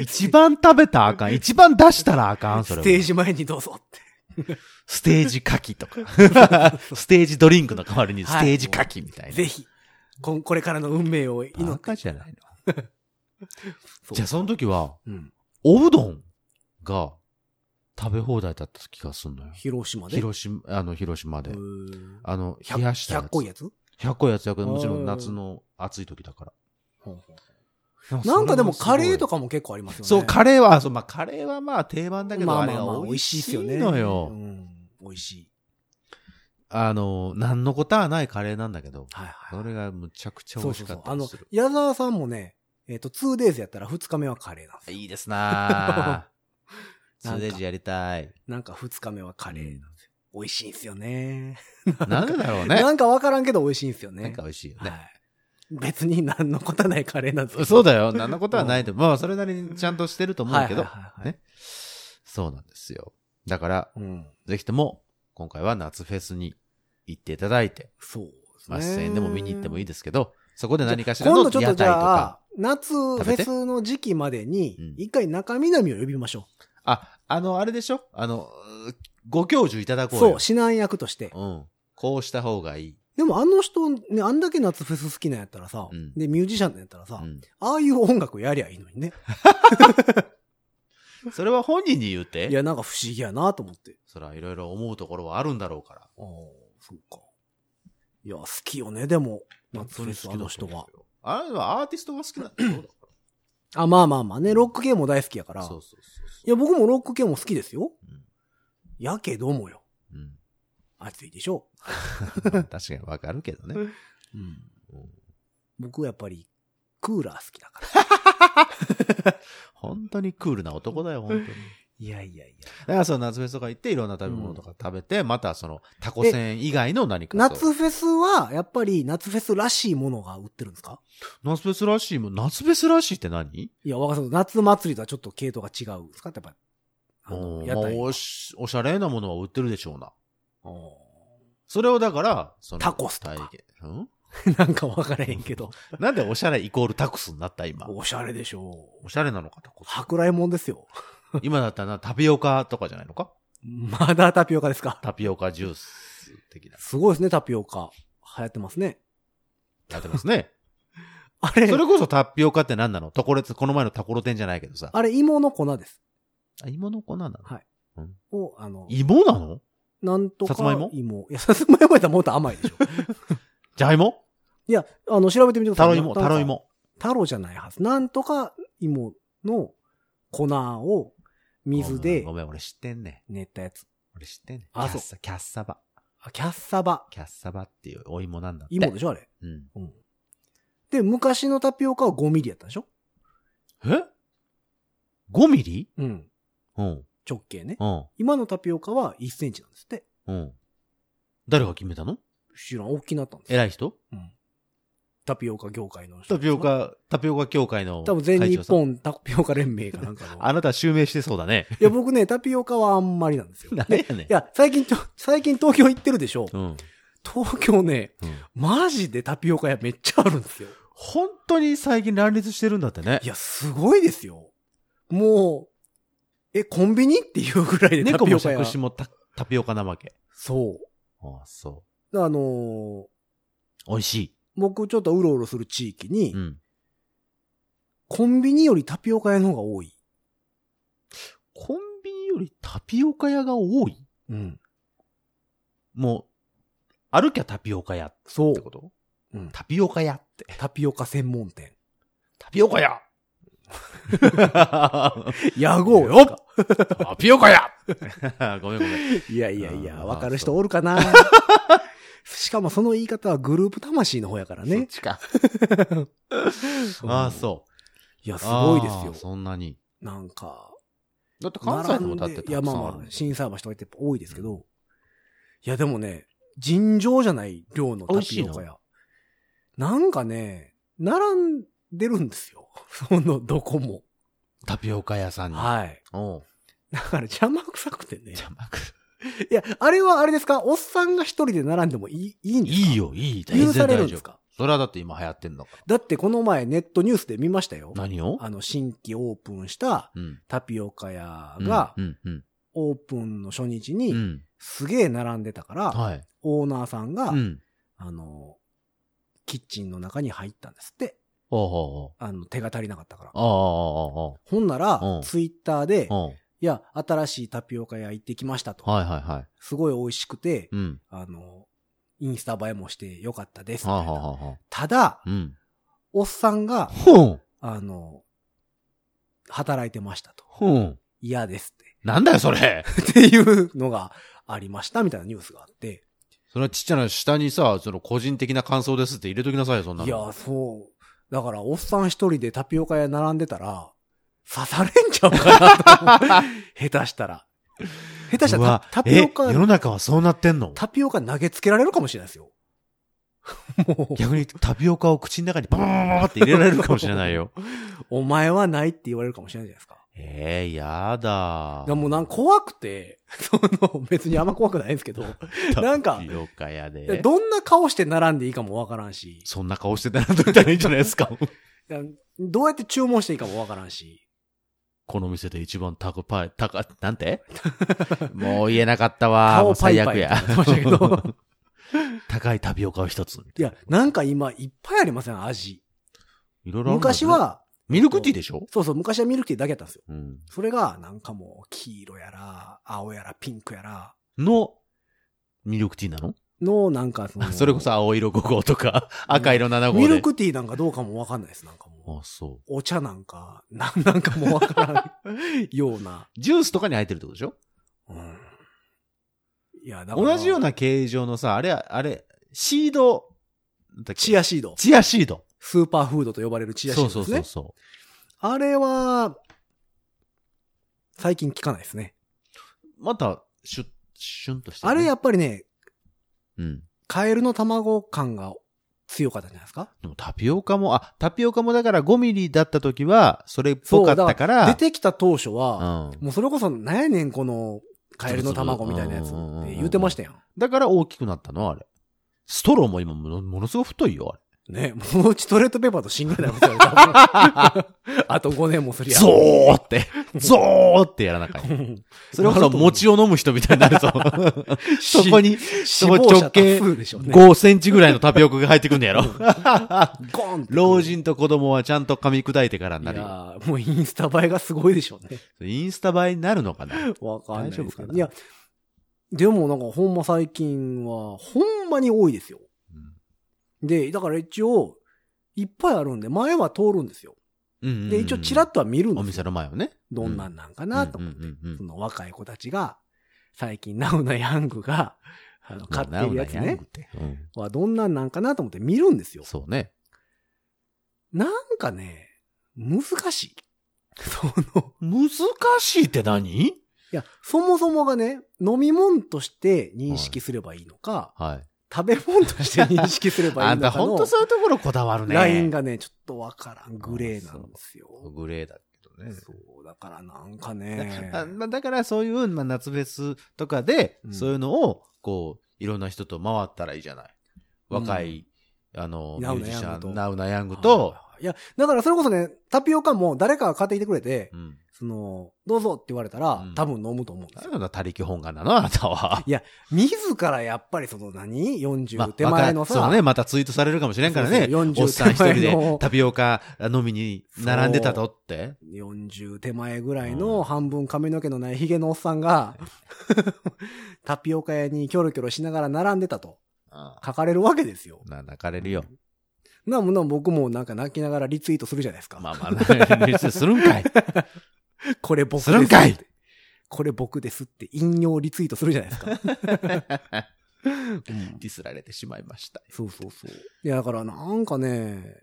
一番食べたらあかん。一番出したらあかん、それスは。テージ前にどうぞって。ステージ牡蠣と (laughs) か。ステージドリンクの代わりにはいステージ牡蠣みたいな。ぜひ、こんこれからの運命を祈バって。カじゃないの。 (laughs) そうじゃあその時は、うん。おうどんが食べ放題だった気がすんのよ。広島で。広島、あの、広島でう。ーんあの、冷やしたやつ。 100個いやつ100個やつやけど、もちろん夏の暑い時だから。なんかでもカレーとかかも結構ありますよね。そう、カレーは、そう、まあ、カレーはまあ定番だけど、まああれまあまがあ、美美味味ししいいですよね。のうよ。ん。美味しい。あの、なんのことはないカレーなんだけど、はいはい。それがむちゃくちゃ美そう味しそうかそっう。たありのする、。矢沢さんもね、えっ、と、2days やったら2日目はカレーなんですよ。いいですなぁ。 (laughs) な2んかデジやりたい。なんか2日目はカレーなんですよ。美味しいんですよね。なんでだろうね。 (laughs) なんかわからんけど美味しいんですよね。なんか美味しいよはね。い。別に何のことはないカレーなんですよそうだよ。なんのことはないと。まあ、それなりにちゃんとしてると思うけどはいはいはいは、いね。そうなんですよ。だから、うん。ぜひとも、今回は夏フェスに行っていただいて、そうですまね。あ、出演でも見に行ってもいいですけど、そこで何かしら今の度ちょっ屋と台とじゃあか。、夏フべてェスの時期までうんに、一回中南を呼びましょあ、あの、あれでしょあの、ご教授いただう。こうそう、よ。指南役として。うん。こうした方がいい。でもあの人、ね、あんだけ夏フェス好きなんやったらさうん、で、ミュージシャンなんやったらさう、ん。ああいう音楽やりゃいいのにね。それは本人に言うて。いや、なんか不思議やなと思って。そら、いろいろ思うところはあるんだろうから。ああ、そうか。いや、好きよね、でも、夏本フ当ェに好スきあの人だと思うはよ。。あれはアーティスト (laughs) が好きなんだよ。あ、まあまあまあね、ロック系も大好きやから。そうそうそういそう。や、僕もロック系も好きですよ。うんやけどもよ。うん。暑いでしょ。確かにわかるけどね。うん。うん僕はやっぱり、クーラー好きだから。本当にクールな男だ (laughs) よ、本当に。いやいやいや。だからその夏フェスとか行って、いろんな食べ物とか食べて、またそのタコせん以外の何かそう。夏フェスは、やっぱり夏フェスらしいものが売ってるんですか夏フェスらしいもん。夏フェスらしいって何いや、わかんない。夏祭りとはちょっと系統が違うんですかってやっぱ、あおの、ー屋まあ台。おし、おしゃれなものは売ってるでしょうな。おそれをだから、そのタコスとか体験うんー (laughs) なんかわからへんけど。なんでおしゃれイコールタコスになった今。おしゃれでしょうお。しゃれなのか、タコス。舶来もんですよ。今だったらなタピオカとかじゃないのかまだタピオカですかタピオカジュース的な。すごいですね、タピオカ。流行ってますね。やってますね。あれそ、れこそタピオカって何なのとこれ、この前のタコロテンじゃないけどさ。あれ、芋の粉です。あ芋の粉なのを、あの、芋なのなんとか。さつまいも芋。いや、さつまいもやったらもっと甘いでしょ。じゃがいもいや、あの、調べてみてくださタロい。イモ、なんかタロイ。モ。タロじゃないはず。なんとか芋の粉を水でごめん、ごめん俺知ってんね。練ったやつ。俺知ってんね。あキャッサそキャッサバ。あ、キャッサバ。キャッサバっていうお芋なんだって。芋でしょ、あれ。うん。うん。で、昔のタピオカは5ミリやったでしょえ ?5 ミリうん。うん。直径ね。うん。今のタピオカは1センチなんですって。うん。誰が決めたの知らん、大きなったんですよ偉い人うん。タピオカ業界の人タピオ。カ、タピオカ協会の。多分全日。本タピオカ連盟かなんかの。 (laughs) あなた襲名してそうだね。 (laughs) いや、僕ね、タピオカはあんまりなんですよ。なんでやねい。んや、最近ちょ、最近東京行ってるでしょうん。東京ね、マジでタピオカ屋めっちゃあるんですよ。本当に最近乱立してるんだってねい。や、すごいですよ。もう、え、コンビニっていうぐらいでタ猫ピもオカ屋杓子。もタタピオカ怠け。そ。ああ、そうあのーう。美味しい。僕ちょっとうろうろする地域に、うん。コンビニよりタピオカ屋の方が多い。コンビニよりタピオカ屋が多いうん。もう、歩きゃタピオカ屋っそうて。ことうんタピオカ屋って。って。タピオカ専門店。タピ (laughs) オカややごごうう (laughs) よよタピオカ (laughs) やごめんごめん。いやいやいや、あーわかる人おるかなしかもその言い方はグループ魂の方やからそっね。ちか。うんああ、そう。いや、すごいでああすよ。そんなに。なんか、だって関西のもだって並んでたいくさや、んまああまある、震災橋とかって多いですけど、いや、でもね、尋常じゃない量のタピオカや。なんかね、並んでるんですよ。 (laughs) その、どこも。タピオカ屋さんに。はい。おうだから邪魔くさくてね。邪魔くさいや、あれはあれですかおっさんが一人で並んでもいい、いいんですかいいよ、いい。全許然されるん大で丈す夫。かそれはだって今流行ってんだから。だってこの前ネットニュースで見ましたよ。何をあの、新規オープンしたうん。タピオカ屋がう、ん、うん、オープンの初日うん。うに、ん。すげえ並んでたから、はい。オーナーさんが、うん。あの、キッチンの中に入ったんですって。おうおうおうあの、手が足りなかったから。ああ、ああ、あほんならうん、ツイッターで、あ、うん。いや、新しいタピオカ屋行ってきましたと。はいはいはい。すごい美味しくて、うん。あの、インスタ映えもしてよかったですみはあ、たはいあな。はあはあ、ただ、うん。おっさんが、ほん。あの、働いてましたと。ほん。嫌ですなんだよ、それ。って。っていうのがありましたみたいなニュースがあって。それはちっちゃな下にさ、その個人的な感想ですって入れときなさいよ、そんないの。や、そう。だから、おっさん一人でタピオカ屋並んでたら、刺されんちゃうかなと思う (laughs) 下手したら。下手したうらわタタピオえ世カ、の中はそうなってんのタピオカ投げつけられるかもしれないです (laughs) よ。もう、逆にタピオカを口の中にバーバーって入れられるかもしれないよ。お前はないって言われるかもしれないじゃないですか。ええやだだからもうなんか怖くて、 (laughs) その、別にあんま怖くないんですけど、なんかタピオカやで。どんな顔して並んでいいかもわからんし、そんな顔してたらどういったらいいんじゃないですか。いやどうやって注文していいかもわからんし、この店で一番高パイ、高、な (laughs) んてもう言えなかったわ。も顔うパイ最パ悪イってや言ってましたけど。高いタピオカを一つ。いや、なんか今いっぱいありません、味。いろいろあるんだね昔、は、ミルクティーでしょそうそう、昔はミルクティーだけやったんですよ。うん。それが、なんかもう、黄色やら、青やら、ピンクやら、の、ミルクティーなの、の、なんかそのそれこそ青色5号とか、赤色7号で。ミルクティーなんかどうかもわかんないです、なんかもう。あ、そう。お茶なんか、なんなんかもわからんような。ジュースとかに入ってるってことでしょうん。いや、だから。同じよう。な形状のさ、あれ、あれ、シード、なんだっけチアシード。チアシード。スーパーフードと呼ばれるチアシードですそね。うそうそうそう。あれは、最近聞かないですね。また、シュッ、シュンとして、あれや、っぱりね、うん。カエルの卵感が強かったんじゃないですかでもタピオカも、あ、タピオカもだから5ミリだった時は、それっぽかったから、出てきた当初うは、ん。もうそれこそ、なんやねん、この、カエルの卵みたいなやつって言ってましたやん。だから大きくなったの、あれ。ストローも今もの、ものすごく太いよ、ね、もうそのうちトイレットペーパーと死んでたよ、多 (laughs) 分あと5年もすありれ。ゃ。ゾ (laughs) ーって、ゾーってやらなきゃ。それこそ餅を飲む人みたいになるぞ。そこに、 (laughs) 死も亡者直径多数でしょうね。 5センチぐらいのタピオカが入ってくん (laughs) のやろ。ゴンって老人と子供はちゃんと噛み砕いてからにいなやるよ。ーもうインスタ映えがすごいでしょうね。インスタ映えになるのかなわかんないですけ大丈夫かど。ないや、でもなんかほんま最近は、ほんまに多いですよ。で、だから一応、いっぱいあるんで、前は通るんですよ。で、一応チラとッとは見るんおです店よ。の前をね。どんなんなんかなと思って。うんうんうんうんその若い子たちが、最近ナウナヤングが、あの、買ってるやつナウナヤねングっ。てうんはどんなんなんかなと思って見るんですよ。そうね。なんかね、難し (laughs) い。その、難しいって何いや、そもそもがね、飲み物として認識すればいいのか、はい。食べ物として認識すればいあいんのたかほんのとそういうところこだわるね。ライン。がね、ちょっとわからん。グレーなんですよ。グレーだけどね。そう、だからなんかあね。まあだからそういう、まあ、夏フェスとかで、うんそういうのを、こう、いろんな人と回ったらいいじゃない。若い、あの、ミナュウーナジヤンシグとャン、ナウナヤングとと、、いや、だからそれこそね、タピオカも誰かが買ってきてくれて、うん。その、どうぞって言われたらうん、多分飲むと思うんですそうよ。いうのは他力本願なの、あな (laughs) たは。自らやっぱりその何 ?40 手まあ前の若いさ、そうね、またツイートされるかもしれんからそね。うそう40おっさん一人手前でのタピオカ飲みに並んでたとって。 40手前ぐらいうのん半分髪の毛のないヒゲのおっさんが、 (laughs) タピオカ屋にキョロキョロしながら並んでたとあ書かれるわけですよ。あな、泣かれるよ。なもな僕もなんか泣きながらリツイートするじゃないですか。まあまあ、リツイートするんかい。これ僕ですするんかいこれ僕ですって引用リツイートするじゃないです (laughs) か。ディスられてしまいました。そうそうそう。いや、だからなんかね、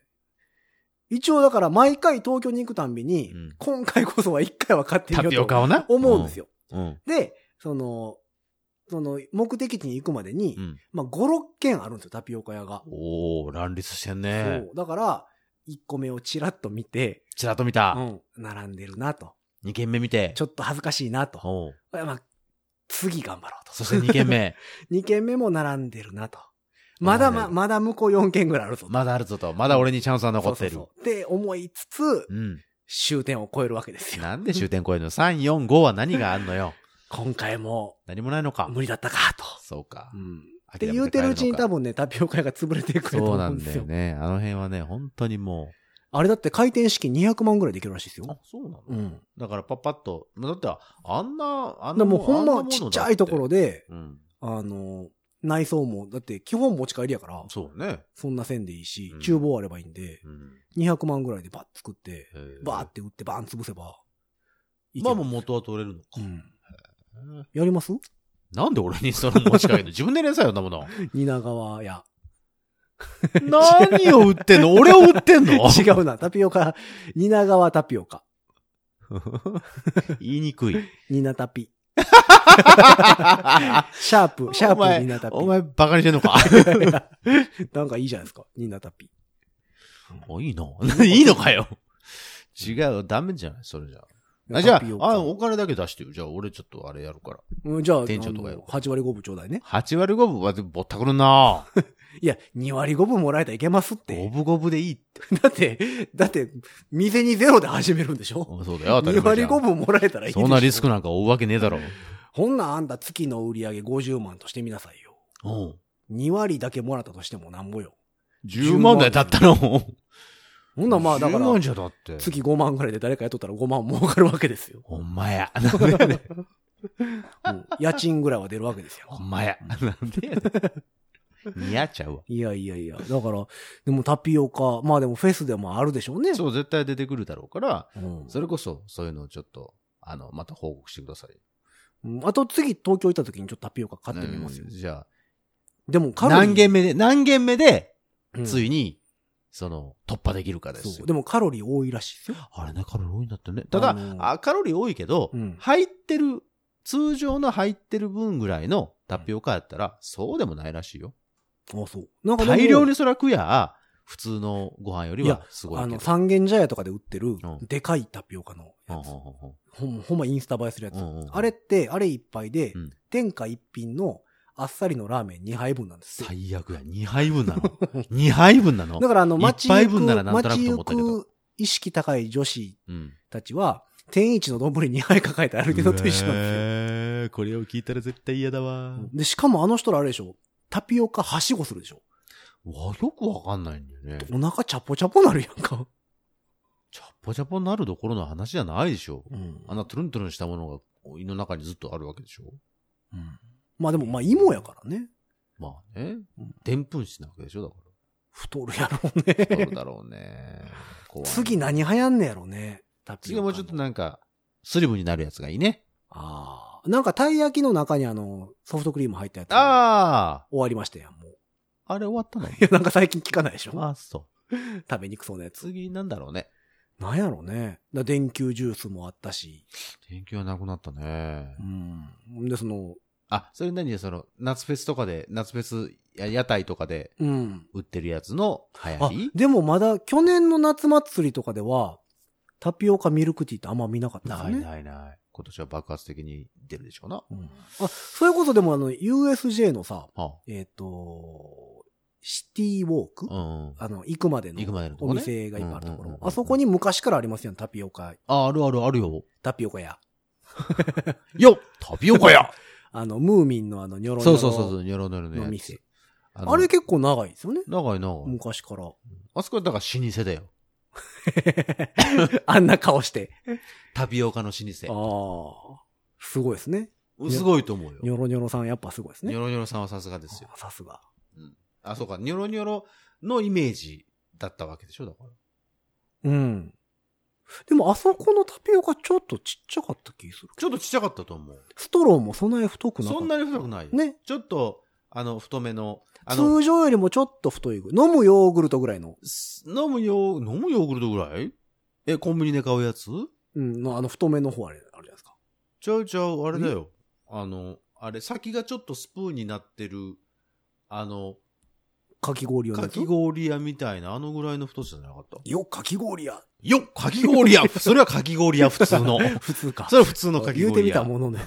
一応だから毎回東京に行くたんびに、うん今回こそは一回は買ってみタピよオうとカをな。思うんですよ。よ。うん。で、その、その目的地に行くまでに、うん。まあ5、6軒あるんですよ、タピオカ屋が。おー、乱立してんねそ。う。だから、1個目をチラッと見て、ちらっと見うた。ん、並んでるなと。二軒目見て。ちょっと恥ずかしいなと。おうまあ、次頑張ろうと。そして二軒目。 2軒目も並んでるなと。まだま、並んでるまだ向こう4軒ぐらいあるぞと。 (laughs) まだあるぞと。まだ俺にチャンスは残ってる。そううそうそうで、思いつつ、ん。終点を超えるわけですよ。なんで終点超えるの ?3、4、5は何があんのよ。今回も何もないのか。 (laughs) 無理だったかと。そうか。うん。っって言うてるうちに多分ね、タピオカ屋が潰れていくるとそう思なうんんでだすよ。よね。あの辺はね、本当にもあれだって回転式200万ぐらいできるらしいですう。あよ。、そうなのうん。だからパッパッと。だって、あんな、あだんからなもうんほんあまなものだってちっちゃいところで、うん。あの、内装も、だって基本持ち帰りやから、そうね。そんな線でいいしうん、厨房あればいいんで、うん200万ぐらいでバッと作って、へーバーって打ってバーン潰せば、いけまあるもう元は取れるのか。うん。やり (laughs) ますなんで俺にその持ち (laughs) かけるの自分でやりなさいよ、そんなもの。蜷川屋。何を売ってんの俺を売ってん (laughs) の違うな、タピオカ、蜷川タピオカ。言いに (laughs) くい。ニナタピ。シャープ、シャーおプ前ニナタピ。お前バカにしてん (laughs) のか (laughs) なんかいいじゃないですか、ニナタピ。おいいのいいのかよ違う、ダメじゃないそれじゃあ。あじゃタピオあ、カあ、お金だけ出してよ。じゃあ、俺ちょっとあれやるから。うんじゃあ、店長とかよあの8割5分ちょうだいね。 8割5分はぼったくるないや、2割5分もらえたらいけますっ五て。分五分でいいって。だって、だって、店にゼロで始めるんでしょそうだよ、当たり ?2 前割じゃん5分もらえたらいいでしょそんなリスクなんか負うわけねえだろ。ほんなんあんた月の売り上げ50万としてみなさいよ。うん。 2割だけもらったとしてもなんぼよ。 10万台だったの。ほほんなんまあだか10万ら、じゃだって。月5万ぐらいで誰か雇ったら5万儲かるわけですよ。ほんま (laughs) や。うん家賃ぐらいは出るわけです (laughs) よほ。んまや。なんでやねん似合っちゃうわ。いやいやいや。だから、でもタピオカ、まあでもフェスでもあるでしょうね。そう、絶対出てくるだろうから、うんそれこそ、そういうのをちょっと、あの、また報告してください。うんあと次東京行った時にちょっとタピオカ買ってみますようん。じゃでもあ、カロリー。何軒目で、何軒目で、うんついに、その、突破できるかですそう。よ。でもカロリー多いらしいですよ。あれね、カロリー多いんだってね。ただ、あのあカロリー多いけど、うん入ってる、通常の入ってる分ぐらいのタピオカやったら、そうでもないらしいよ。あ、そう。なんかでも大量にそら食や、普通のご飯よりいはやすごいあけの、ど。三軒茶屋とかで売ってるう、んでかいタピオカのうんうやんつ。うんうんほんほんまインスタ映えするやつうんうんうん。あれって、あれ一杯でうん、天下一品のあっさりのラーメン2杯分なんですよ。最悪や。2杯分なの。2杯分なのだ。からあの、街行一杯分ならく、なんとなく街と行思ったけどく意識高い女子うん。たちは、天一の丼2杯抱えて歩いてるのと一緒なんですよ。えーこれを聞いたら絶対嫌だわ。で、しかもあの人らあれでしょ。タピオカはしごするでしょ。わ、よくわかんないんだよね。お腹チャポチャポなるやんか。チャッポチャポになるどころの話じゃないでしょ。うんあんなトゥルントゥルンしたものが胃の中にずっとあるわけでしょ。まあでも、まあ芋やからね。まあねうん。でんぷんしなわけでしょ、だか太るやろら。うどうね。だろ (laughs) うね。怖い次何流行んねやろうね。タピオ次カのもうちょっとなんか、スリムになるやつがいいね。ああ。なんか、たい焼きの中にあの、ソフトクリーム入ったやつ。あ。あ終わりましたやん、もう。ああれ終わったのいや、なんか最近聞かないでしょあそう。食べにくそうなやつ。次なんだろうね。なんやろうね。だ電球ジュースもあったし。天気はなくなったねう。ん。で、その、あ、それ何その、夏フェスとかで、夏フェス、や屋台とかでうん。売ってるやつの流あ行り、でもまだ、去年の夏祭りとかでは、タピオカミルクティーってあんま見なかったですなよいね。ないない。今年は爆発的に出るでしょうな。うんあ、それこそでもあの、USJ のさ、はえっ、と、シティウォーク、あ、うん。あの、行くまでの行くまでのとこおね店がいっぱいあるとこうんうんろう。んうんあそこに昔からありますよね、タピオカ、あ、あるあるあるよ。タピオカ屋。よっタピオ (laughs) カやあの、ムーミンのあの、ニョロニョロそうそうそうそう、ニョロニョロのやのつ店。あのあれ結構長いですよね。長い長い。昔から。 (laughs) あそこはだから老舗だよ。あんな顔して。タピオカの老あ舗。あ。すごいですね。すごいと思うニよ。ョロニョロさんやっぱすごいですニねョ。ロニョロさんはさすがですよ。あさすが。あ、そうか、ニョロニョロのイメージだったわけでしょだから。うん。でもあそこのタピオカちょっとちっちゃかった気する。ちょっとちっちゃかったと思う。ストローもそんなに太くなかった。そんなに太くない。ね。ちょっと、あの、太めの、あの、通常よりもちょっと太いぐらい。飲むヨーグルトぐらいの。す飲むよ、飲むヨーグルトぐらいえ、コンビニで買うやつうん、のあの太めの方あれ、あるじゃないですか。ちゃうちゃう、あれだよ。あの、あれ、先がちょっとスプーンになってる、あの、かき氷用のかやつき氷屋みたいな、あのぐらいの太さじゃなかった。よ、かき氷や。よっかき (laughs) 氷屋それはかき氷屋、普通の。普通か。それは普通のかき言うて氷みた屋。ものね。 (laughs)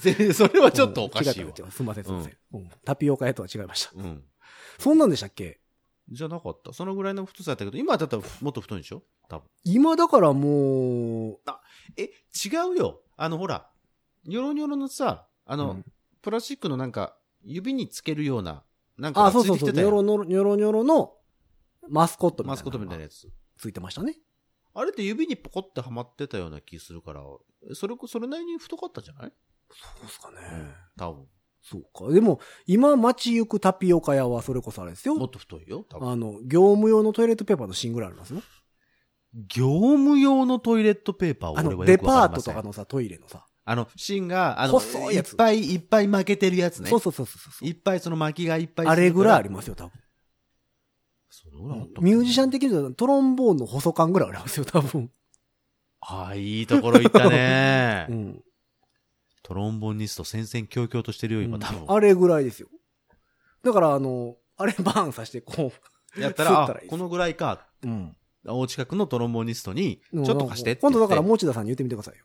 ぜ (laughs) それはちょっとおかしいうん違わった。違ったすみません、すみません,、うん。タピオカ屋とは違いました。うん。そんなんでしたっけじゃなかった。そのぐらいの太さだったけど、今だったらもっと太いんでしょ多分。今だからもえ、違うよ。あの、ほら、ニョロニョロのさ、あう、の、うんプラスチックのなんか、指につけるような、なんかあ、がつそういそうてきそう、ニてたョよロニョロニョロニョロのマスコットみたいな。マスコットみたいなやつ。ついてましたね。あれって指にポコってはまってたような気するから、それこ、それなりに太かったんじゃないそうっすかね。多分。そうか。でも、今街行くタピオカ屋はそれこそあれですもよっ。と太いよ、多分。あの、業務用のトイレットペーパーの芯ぐらいありますよ。業務用のトイレットペーパーをあ俺の、はよデくパーわかりまトせとん。あかの、のさ、トイレのさ。芯が、あの、細いいやっつぱいいっぱい巻けてるやつね。そうそうそうそうそう。いっぱいその巻きがいっぱいあれぐらいありますすよ、多分。るから。そのぐらいあったっけミュージシャン的にはトロンボーンの細感ぐらいありますよ、多分。ああ、いいところ行ったね (laughs) う。ん。トロンボニスト戦々恐々としてるよ、今多分。あれぐらいですよ。だから、あの、あれバーンさして、こやった吸ら、ったあらいいですこのぐらいか。う。うん。お近くのトロンボニストに、ちょっと貸してって今言って度だから、持田さんに言ってみてくださいよ。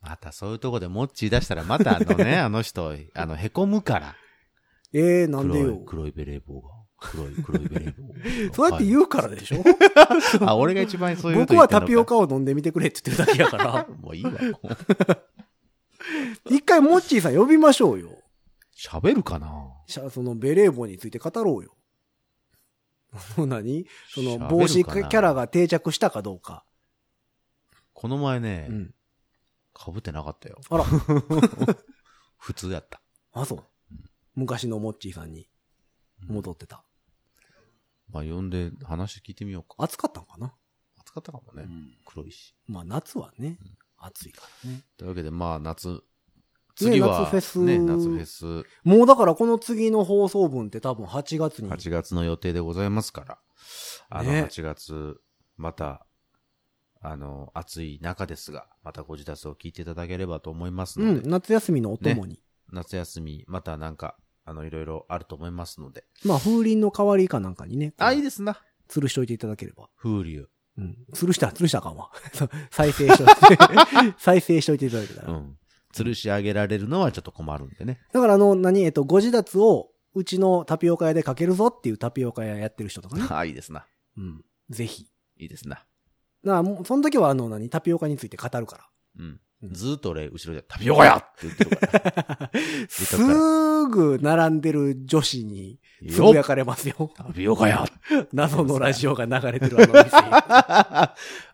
またそういうとこでモッチー出したら、またあ (laughs) のね、あの人、あの、凹むから。ええー、なんで黒いよ、。。黒いベレー帽が。黒い、黒いベレー帽 (laughs) そうやってう、言うからでしょ、あ、俺が一番そういうこと僕言はってんタのかピオ。カを飲んでみてくれって言ってるだけやから。もういいわ。一回モッチーさん呼びましょうよ。喋るかなしゃそのベレー帽について語ろうよ。 (laughs) その何その帽子キ喋るかなャラが定着したかどうか。この前ねう、ん。被ってなかったよ。あら。 (laughs) 普通やった。あ、そう。昔のモッチーさんに戻ってた。まあ、呼んで話聞いてみようか。暑かったんかな、暑かったかもね。黒いし。まあ夏はね、暑いからね。というわけで、まあ、夏。次は、夏フェスね、夏フェス。もうだからこの次の放送分って多分8月に。 8月の予定でございますから。あの、ね8月、また、あの、暑い中ですが、またご自宅を聞いていただければと思いますうので、ん、夏休みのお供に。夏休み、またなんか、あの、いろいろあると思いますので。まあ風鈴の代わりかなんかにね、あ、いいですな。吊るしといていただければ。風流。うん。吊るした、吊るしたらあかんわ。 (laughs) そう再生しとい (laughs) て、再生しといていただけたら。うん。吊るし上げられるのはちょっと困るんでね。だからあの、何、えっと、ご自立をうちのタピオカ屋でかけるぞっていうタピオカ屋やってる人とかね。あ、いいですな。うん。ぜひ。いいですな。なあ、もう、その時はあの、何、タピオカについて語るから。うん。うんずーっと俺、後ろで、タピオカやって言ってるから。すぐ並んでる女子に (laughs) つぶやよかれますよ。タピオカや (laughs) 謎のラジオが流れてるあの店。 (laughs)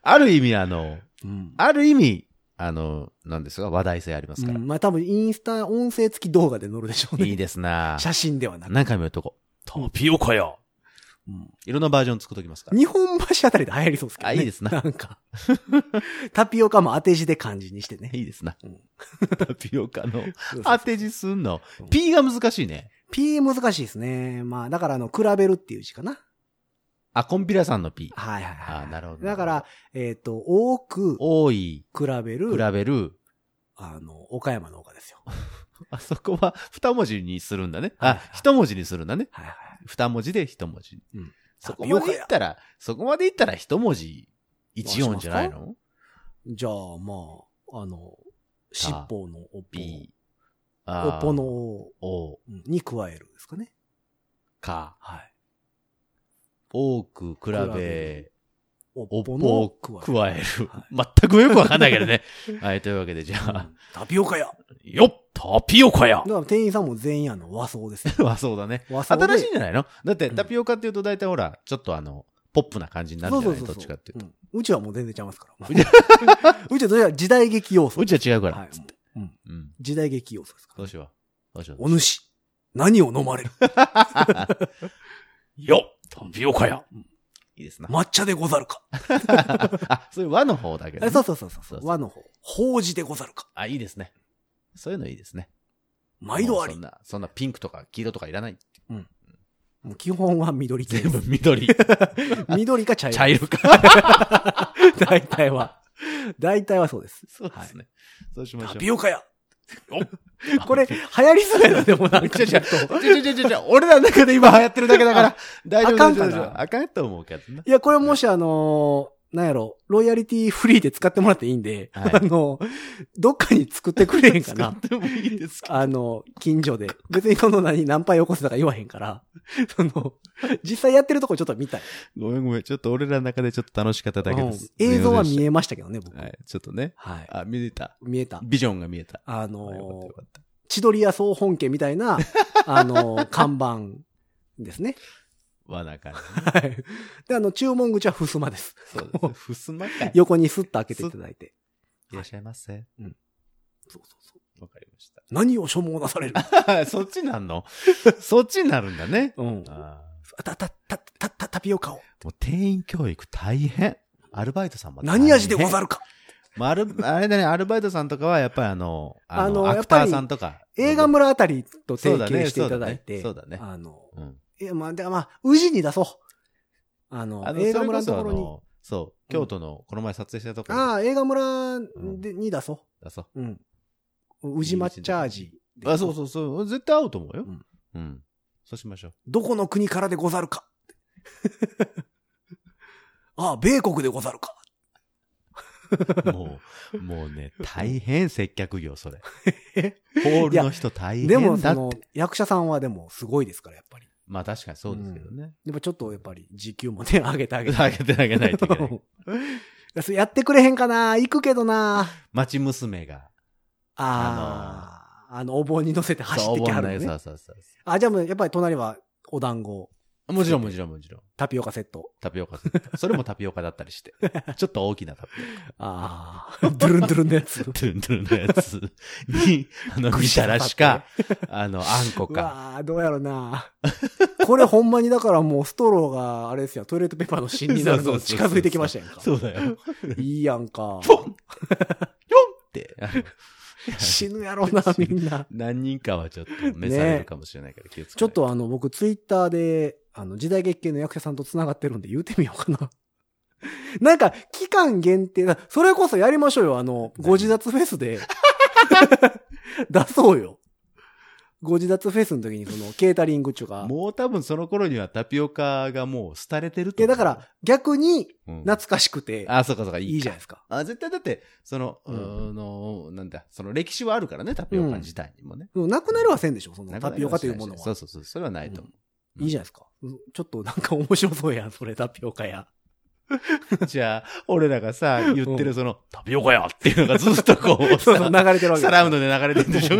ある意味、あの、うん。ある意味、あの、なんですが、話題性ありますうから。んまあ多分インスタ音声付き動画で載るでしょうね。いいですな写真ではなく。何回も言うとこ。タピオカやうんいろんなバージョン作っときますから。日本橋あたりで流行りそうですけどね。あいいですななんか。 (laughs) タピオカも当て字で漢字にしてね。いいですなうん。 (laughs) タピオカの当て字すんのうん。 P が難しいね。 P 難しいですね。まあだからあの、比べるっていう字かな。あ、コンピラさんの P。はいはいはい。あなるほどだから、えっ、と、多く多い、比べ比る、べる。あの、岡山の岡ですよ。あそこは二文字にするんだね。はいはあい、一文字にするんだね。はいはい。二文字で一文字うん。そこまでいったら、そこまでいったら一文字一音じゃないどのじゃあ、まあ、あの、尻尾のおっぽ、 ?B。おあっーぽの、おお、うんに加えるですかね。か。はい。多く比比べべ、おおっっぽぽのを加加える。えるは。全くよくわかんないけ (laughs) どね。はい、というわけで、じゃうあん、タピオカ屋だかよっタピオカやら店員さんも全員あの和装 (laughs) ですよ。はそうだね。和装で。新しいんじゃないのだって、うんタピオカって言うと大体ほら、ちょっとあの、ポップな感じになるんじゃないどっちかっていうと。んうちはもう全然ちゃいます (laughs) から。もううちはどれか時代劇要素。うちは違うかはらい。つってうんうん。時代劇要素ですかどらう。しよう。どうしよう。お主、 (laughs) 何を飲まれるよっタピオカやいいですな。 (laughs) 抹茶でござるか。あ、そういう和の方だけど、えね。そうそうそうそそうう。そう和の方。法事でござるか。あ、いいですね。そういうのいいですね。毎度あり。もうそんもな、そんなピンクとか黄色とかいらない。う基本は緑系全部 (laughs) 緑、緑か茶色。茶色か。 (laughs) 大体は。大体はそうです。そうですね。そうしまタしょう。ピオカや。オこれ、流行りそうやな、でもなんか。違う違う違う違う違う俺らの中で今流行ってるだけだから、大丈夫あかん大丈かな夫大丈夫あかんと思うけどな。いや、これもしあのーなんやろ、ロイヤリティフリーで使ってもらっていいんで、はいあのーどっかに作ってくれへんか使 (laughs) なっ。てもいいですかあの、近所で。別にその何、何杯起こせたか言わへんから、その、実際やってるとこちょっと見たい。ごめんごめん。ちょっと俺らの中でちょっと楽しかっただけです。うん映像はえ見えましたけどね、僕。はい。ちょっとね。はい。あ、見えた。見えた。ビジョンが見えた。ああよかったのよかった。千鳥屋総本家みたいな、あの看板ですね。わなかはい。で、あの、注文口は襖です。そうですね。 (laughs) ふすまかい。横にスッと開けていただいて。いらっしゃいませ。そうそうそう。わかりまし何を所望なされるた。 (laughs) そっちなんのそっちになるんだね。うん。あた、た、た、た、た、タピオカを。ーもう店員教育大変。アルバイトさんも大変何味でござるか。まあ、ある、あれだね、アルバイトさんとかは、やっぱりあの、あの、あのアクターさんとか。映画も、村あたりと提そうだね携していただいて。そうだねそうだあの、うん。いや、まあ、でまあ、宇治に出そう。あの、あの映映画画村の村のととこころろにに。。そう、京都の、この前撮影したところ。ああ、映画村でに出そ。だそううん。宇治抹茶味で。あ、そうそうそう。絶対合うと思うよ。うんうん。そうしましょう。どこの国からでござるか。 (laughs) ああ、米国でござるか。も (laughs) う、もうね、大変接客業、それ。えホールの人大変だでも、そっのて。、役者さんはでもすごいですから、やっぱり。まあ確かにそうですけどね。でもちょっとやっぱり時給もね、上げてあげて。あげてあげないといけない。 (laughs) それやってくれへんかな行くけどな町娘が。ああ、あの、お盆に乗せて走ってきはるのそうお盆のね。やつそうそうそうそあ、じゃあもうやっぱり隣はお団子、うもちろんもちろんもちろん。タピオカセット。タピオカ。それもタピオカだった (laughs) りして。ちょっと大きなタピオカ。あ (laughs) あ、ドゥルンドゥルンのやつ。トゥルントゥルンのやつに、あの、 (laughs) みたらしか、あの、あんこうか。わあ、どうやろ (laughs) なこれほんまにだからもうストローが、あれですよ、トイレットペーパーの芯になるのが近づいてきましたやんか。そうだよ。いいやんか。ポンポンって、あの死ぬやろな、みんな。何人かはちょっと召されるかもしれないから気をつけちょっ、とあの、僕ツイッターで、あの、時代劇系の役者さんと繋がってるんで言うてみようかな。 (laughs) なんか、期間限定だ。それこそやりましょうよ。あの、何ご自立フェスで。 (laughs) 出そうよ。ご自立フェスの時にその、ケータリングっちゅうか。もう多分その頃にはタピオカがもう廃れてるいとや、思う。だから、逆にうん、懐かしくて、あ、そうかそうか、いいいいじゃないん。ですか。あ、絶対だって、その、う、うんの、なんだ、その歴史はあるからね、タピオカ自体にもね。うんなくなるはせんでしょ、そのなかタなかピオカというものは。そうそうそう、それはないと思う。いいじゃないですか。うんちょっとなんか面白そうやん、それ、タピオカや。じゃあ、俺らがさ、言ってるその、タピオカやっていうのがずっとこう、 (laughs) そうそう、流れてるわけですサよラウンドで流れてるんでしょ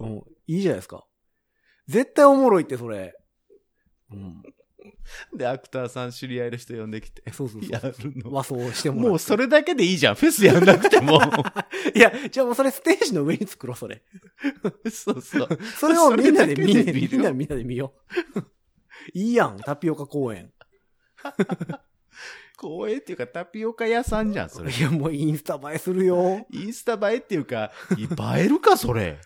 うん、いいじゃないですか。絶対おもろいって、それ。うん。で、アクターさん知り合いの人呼んできて。そうそうそうやるの。和装してもらもうってそれだけでいいじゃん。フェスやんなくて (laughs) も。いや、じゃあもうそれステージの上に作ろう、それ。そうそう。それをみんなで見そね、れだけで見るみんなみんなで見よう。 (laughs) いいやん、タピオカ公園。公園っていうかタピオカ屋さんじゃん、それ。いや、もうインスタ映えするよ。インスタ映えっていうか、映えるか、それ。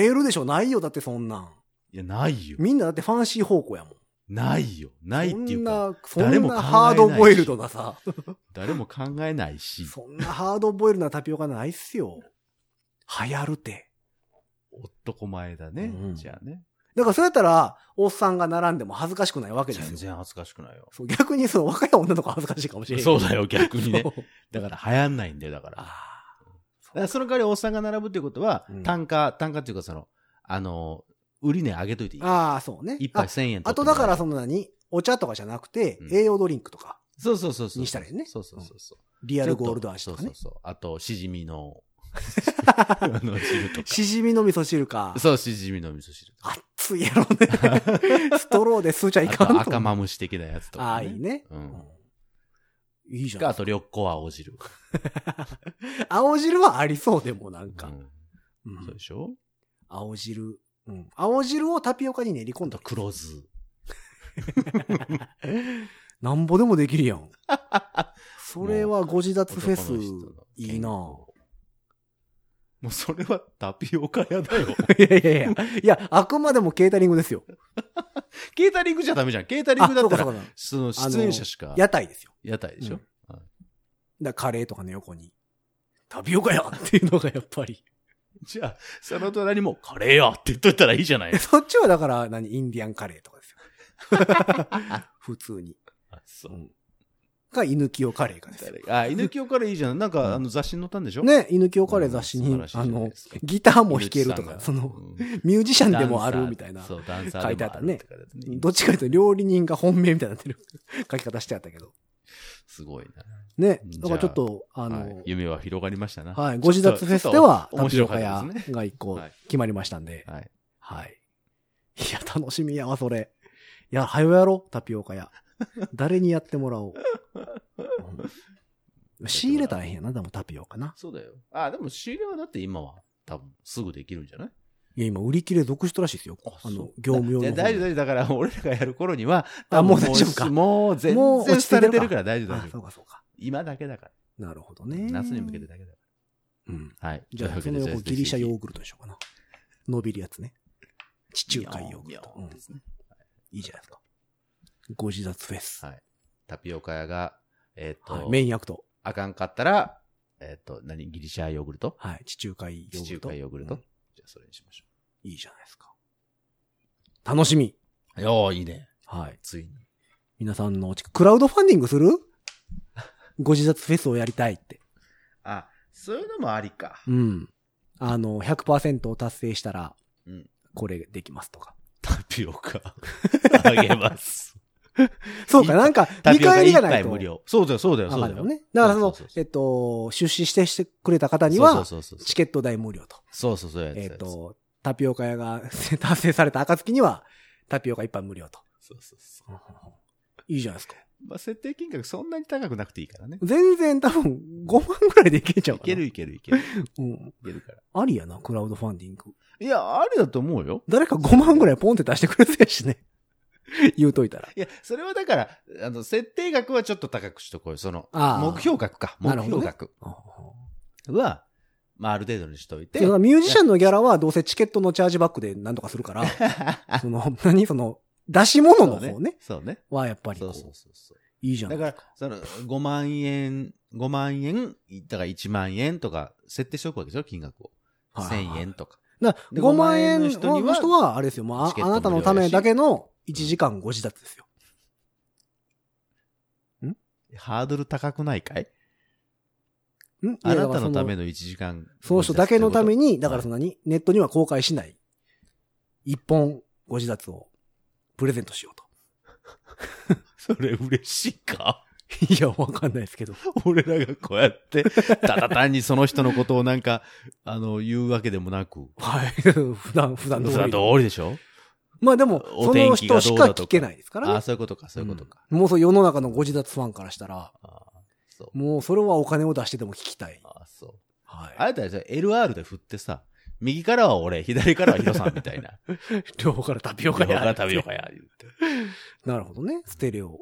映えるでしょないよ、だってそんなん。いや、ないよ。みんなだってファンシー方向やもん。ないよ。ないっていうか、そんな、誰そもん考なえないハしードボイルドな (laughs) さ。誰も考えないし、そんなハードボイルドなタピオカないっすよ。流行るて。男前だねう。んじゃあね。だからそうやったら、おっさんが並んでも恥ずかしくないわけです全よ。然恥ずかしくないよ。そう逆にその若い女の子は恥ずかしいかもしれない。そうだよ、逆にねそ。うだから流行んないんだよ、だから。 (laughs) あだからその代わりおっさんが並ぶっていうことは、うん単価、単価っていうかその、あの、売り値上げといていいー。あー、そうね。一杯千円あ。あ取とっだてもらえかるらその何お茶とかじゃなくて、うん栄養ドリンクとか、そうそうそうそう。にしたらいいねそうそうそうそう。リアルゴールド味とかそねう。そうそう。あと、しじみ (laughs) の、あの汁としじみの味噌汁 (laughs) かか。。そう、しじみの味噌汁とか。熱いや (laughs) ろね。ストローで吸っちゃいあかんと、と。赤マムシ的なやつとか。ああ、いい。ね。うんうんいいじゃあん。と、緑子青汁。青汁はありそうでもなんかう。んうんそうでしょ青汁。 (laughs) うん青汁をタピオカに練り込あんだと、黒酢。なんぼでもできるや (laughs) ん。それはご自立フェス男の人の、健康いいなもうそれはタピオカ (laughs) 屋だよ。いやいやいや。いや、あくまでもケータリングです (laughs) よ。ケータリングじゃダメじゃん。ケータリングだったあそらう、かそうかその出演者しか屋台ですよ。屋台でしょ。だからカレーとかの横に、タピオカやっていうのがやっぱり。じゃあ、その隣にもカレー屋って言っといたらいいじゃない (laughs) そっちはだから何、インディアンカレーとかですよ。 (laughs) 普通に。。あ、そうか、犬キオカレーかですよ。あ、犬清カレーいいじゃん。なんうんか、あの雑誌に載ったんでしょ、ね、犬キオカレー雑誌うにん素晴らし、いじゃあないので、すかギターも弾けると井か、口そさんがの、うんミュージシャンでもあるみたいな。そう、ダンサーでもあるって書いてあったね。どっちかというと料理人が本命みたいになってる (laughs) 書き方してあったけど。すごいな。ね。じゃあだからちょっと、あの、ははいい、夢は広がりましたな。ご自立フェスでは、ちょタっとピちょオっとカ面白か屋ったですねが一個はい決まりましたんで、はい。はい。い、や、楽しみやわ、それ。いや、はよやろう、タピオカ (laughs) 屋。誰にやってもらおう。うん仕入れたらええんやな、でもタピオカな。そうだよ。あ、でも仕入れはだって今は、多分、すぐできるんじゃないいや、今、売り切れ続出らしいですよ。ああのそ、業務用いのや方。大丈夫、大丈夫。だから、俺らがやる頃には、あもう大丈夫かもうもう全もう落然ち着いさてれるかてるから大丈夫、大あ、丈そ夫。うか、そうか。今だけだかなるほどら。ね。夏に向けてだけだかうん。ら。はい。じゃあ、とそいうのわけで横ギリシャヨぜーグルトにしようかな。伸びるやつね。地ひ中海ヨーグミルャオト。ミうんャオですねいいじゃないですか。ご自殺フェス。はい。タピオカ屋が、えっはいとメ、インアクト。あかんかったら、えっと、何ギリシャヨーグルトはい。地中海ヨーグルト。地中海ヨーグルトうんじゃあ、それにしましょいいじゃないですか。楽しみ。う。よー、いいね。はい。ついに。皆さんのお近くクラウドファンディングす (laughs) るご自殺フェスをやりたいって。あ、そういうのもありか。うん。あの、100%を達成したらうん、これできますとか。タピオカ、あげます。そうか、なんか、タ見ピオカ返りが一ない杯と。無料。そうだよ、そうだよ、あそうまだあでもよ。ね。だからそのそうそう、そうえっと、出資してしてくれた方には、そうそうそうチケット代無料と。そう。そうそうそう。えっ、、と、タピオカ屋が (laughs) 達成された暁には、タピオカ一杯無料と。そうそうそいいじゃないですか。う。まあ、設定金額そんなに高くなくていいからね。全然多分5万ぐらいでいけちゃういかな。けるいけるいける。いうん。けるから。ありやな、クラウドファンディング。いや、ありだと思うよ。誰か5万ぐらいポンって出してくれそうやしね。 (laughs) 言うといたら。いや、それはだから、あの、設定額はちょっと高くしとこうよ。その、あー目標額か。目なるほど標ね額あは、まあ、ある程度にしといてで、。ミュージシャンのギャラはどうせチケットのチャージバックで何とかするから、 (laughs) その、何その、出し物の方ね、そうね。はやっぱりこそううそうそうそう。いいじゃん。だから、その、5万円、5万円、だから1万円とか、設定しておくわけでしょ、金額を。はいはいはい1000円とか。だで5万円5万円のの人人にはは、あれですよ、もうあチケッあトなたのためだけの1時間ご自立ですよ。ハードル高くないかいんあなたのための。の1時間。その人だけのために。に、だからそんなに、ネットには公開しない、一本ご自立をプレゼントしようと。それ嬉しいか (laughs) いや、わかんないですけど。俺らがこう (laughs) やって、ただ単にその人のことをなんか、あの、言うわけでもなく。はい。普段、普段普通段り通。りでしょまあでも、そおの天気人がしどうかだとか聞けないですからああ、ね。そういうことか、そういうことか。もうそう世の中のご自立ファンからしたら、ああ、そう。もうそれはお金を出してでも聞きたい。ああ、そう。あはい。れだよ、それ LR で振ってさ、右からは俺、左からはヒロさんみたいな。両方からタピオよカかや。や。食べようかや。言って。なるほどね。ステレオ。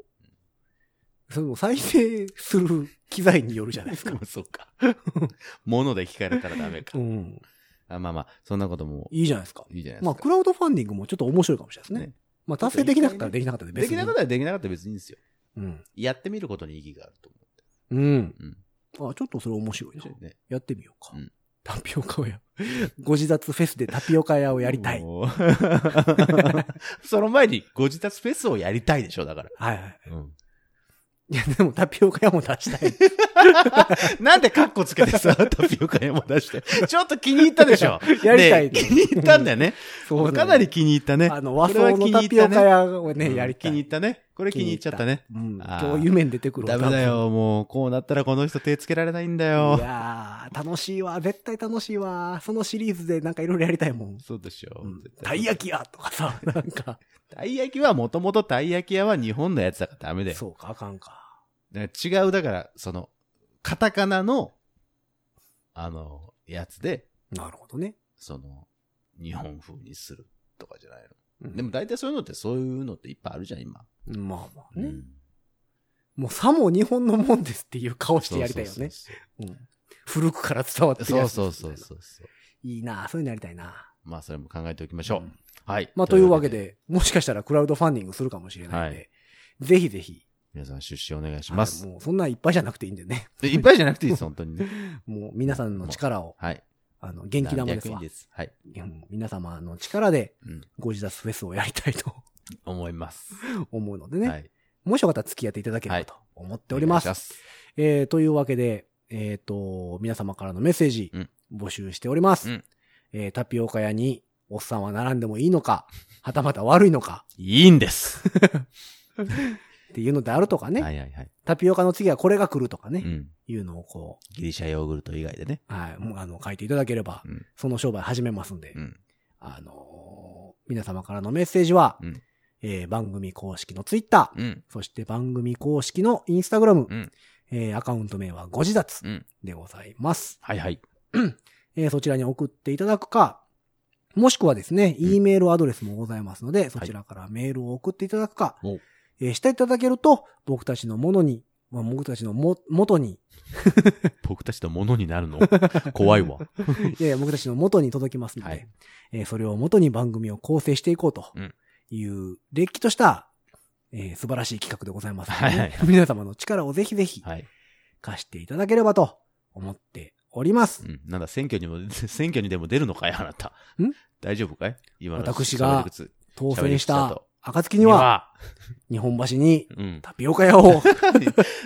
その再生する機材によるじゃないです (laughs) か。そうか。物で聞かれたらダメかう。ん。あまあまあ、そんなこともいいじゃないですか。いいじゃないでますあ、か。クラウドファンディングもちょっと面白いかもしれないですね。ねまあ、達成できなかったらできなかったで別でに。きなかったらできなかったら別にいいんですよ。うん。やってみることに意義があると思うん。う。うん。あ、ちょっとそれ面白いな面。白いね。やってみようか。うんタピオカ屋。ご自立フェスでタピオカ屋をやりたい。 (laughs) もう。その前に、ご自宅フェスをやりたいでしょ、だから。はいはい。うん。いや、でもタピオカ屋も出したい。 (laughs) なんでカッコつけて (laughs) さ、タピオカ屋も出して。ちょっと気に入ったでしょ。 (laughs) やりたいね気に入ったんだよね。そうだねかなり気に入ったね。あの、和これは装気のにタ入っピオたねカ屋をね、うんやりた気い。に入ったね。これ気に入っちゃったね。うん。あー今日夢に出てくるわダメだ。よ、もう。こうなったらこの人手つけられないんだ多分いよ。やー、楽しいわ。絶対楽しいわ。そのシリーズでなんかいろいろやりたいもん。そうでしょうんたい焼き屋とか (laughs) さ、なんか。き。たい焼きはもともとたい焼き屋は日本のやつだからダメだよ。そうか、あかんか。だから違う、だから、その、カタカナの、あの、やつで、なるほどね。その、日本風にするとかじゃないの。うんでも大体そういうのって、そういうのっていっぱいあるじゃん、今。まあまあね。うんもうさも日本のもんですっていう顔してやりたいよそうね。そううん古くから伝わってるそうやつそうそうそうそう。いいなそういうのやりたいなまあ、それも考えておきましょう。うんはい。まあというわけ。で、もしかしたらクラウドファンディングするかもしれないんで、はぜひぜひ。皆さん出資お願いしますはい。もうそんなんいっぱいじゃなくていいんでね。でいっぱいじゃなくていいです、本当にね。もう皆さんの力を、はい。あの、元気玉ですわ何百人。です。はい。うん皆様の力でうん、ご自殺フェスをやりたいと (laughs) 思います。思うのでね、はい。もしよかったら付き合っていただければと思っております。お願いしえーというわけで、えっ、と、皆様からのメッセージうん、募集しております。うんえータピオカ屋に、おっさんは並んでもいいの (laughs) か、はたまた悪いのか、いいんです。っていうのであるとかね、はいはいはい。タピオカの次はこれが来るとかね、うん。いうのをこギリシャヨーグルト以外でね。う、はい、もうあの、書いていただければ、うんその商売始めますんで、うん。あのー皆様からのメッセージは、うんえー番組公式のツイッター、うん。そして番組公式のインスタグラム、うんえーアカウント名はご自立うん。でございます。はいはい。えーそちらに送っていただくか、もしくはですね、ん E メールアドレスもございますので、そちらからメールを送っていただくか、おえーしていただけると、僕たちのものに、まあ、僕たちのも、元に、僕たちのものに (laughs) なるの怖いわ。いやいや僕たちの元に届きますので、はいえーそれを元に番組を構成していこうとうんいう、れっきとした、えー素晴らしい企画でございますのでね、はいはい皆様の力をぜひぜひはい。貸していただければと思っております。うん。なんだ、選挙にも、 (laughs) 選挙にでも出るのかいあなた。ん大丈夫かい今の私が喋り口当選し喋り口だたと暁にには、は、日本橋にうん。タピオカ (laughs) 屋を、は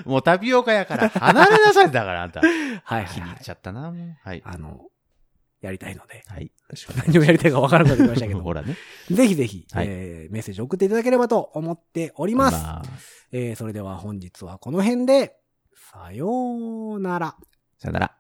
いもうタピオカやから離れなさいだから、あんた。はい気には入っい、ちゃったな、もう。はい。あの、やりたいので、はい。何をやりたいか分からなくなりましたけど (laughs) ほ、らね。ぜひぜひ、はいえーメッセージを送っていただければと思っております。ますえーそれでは本日はこの辺で、さようなら。さよなら。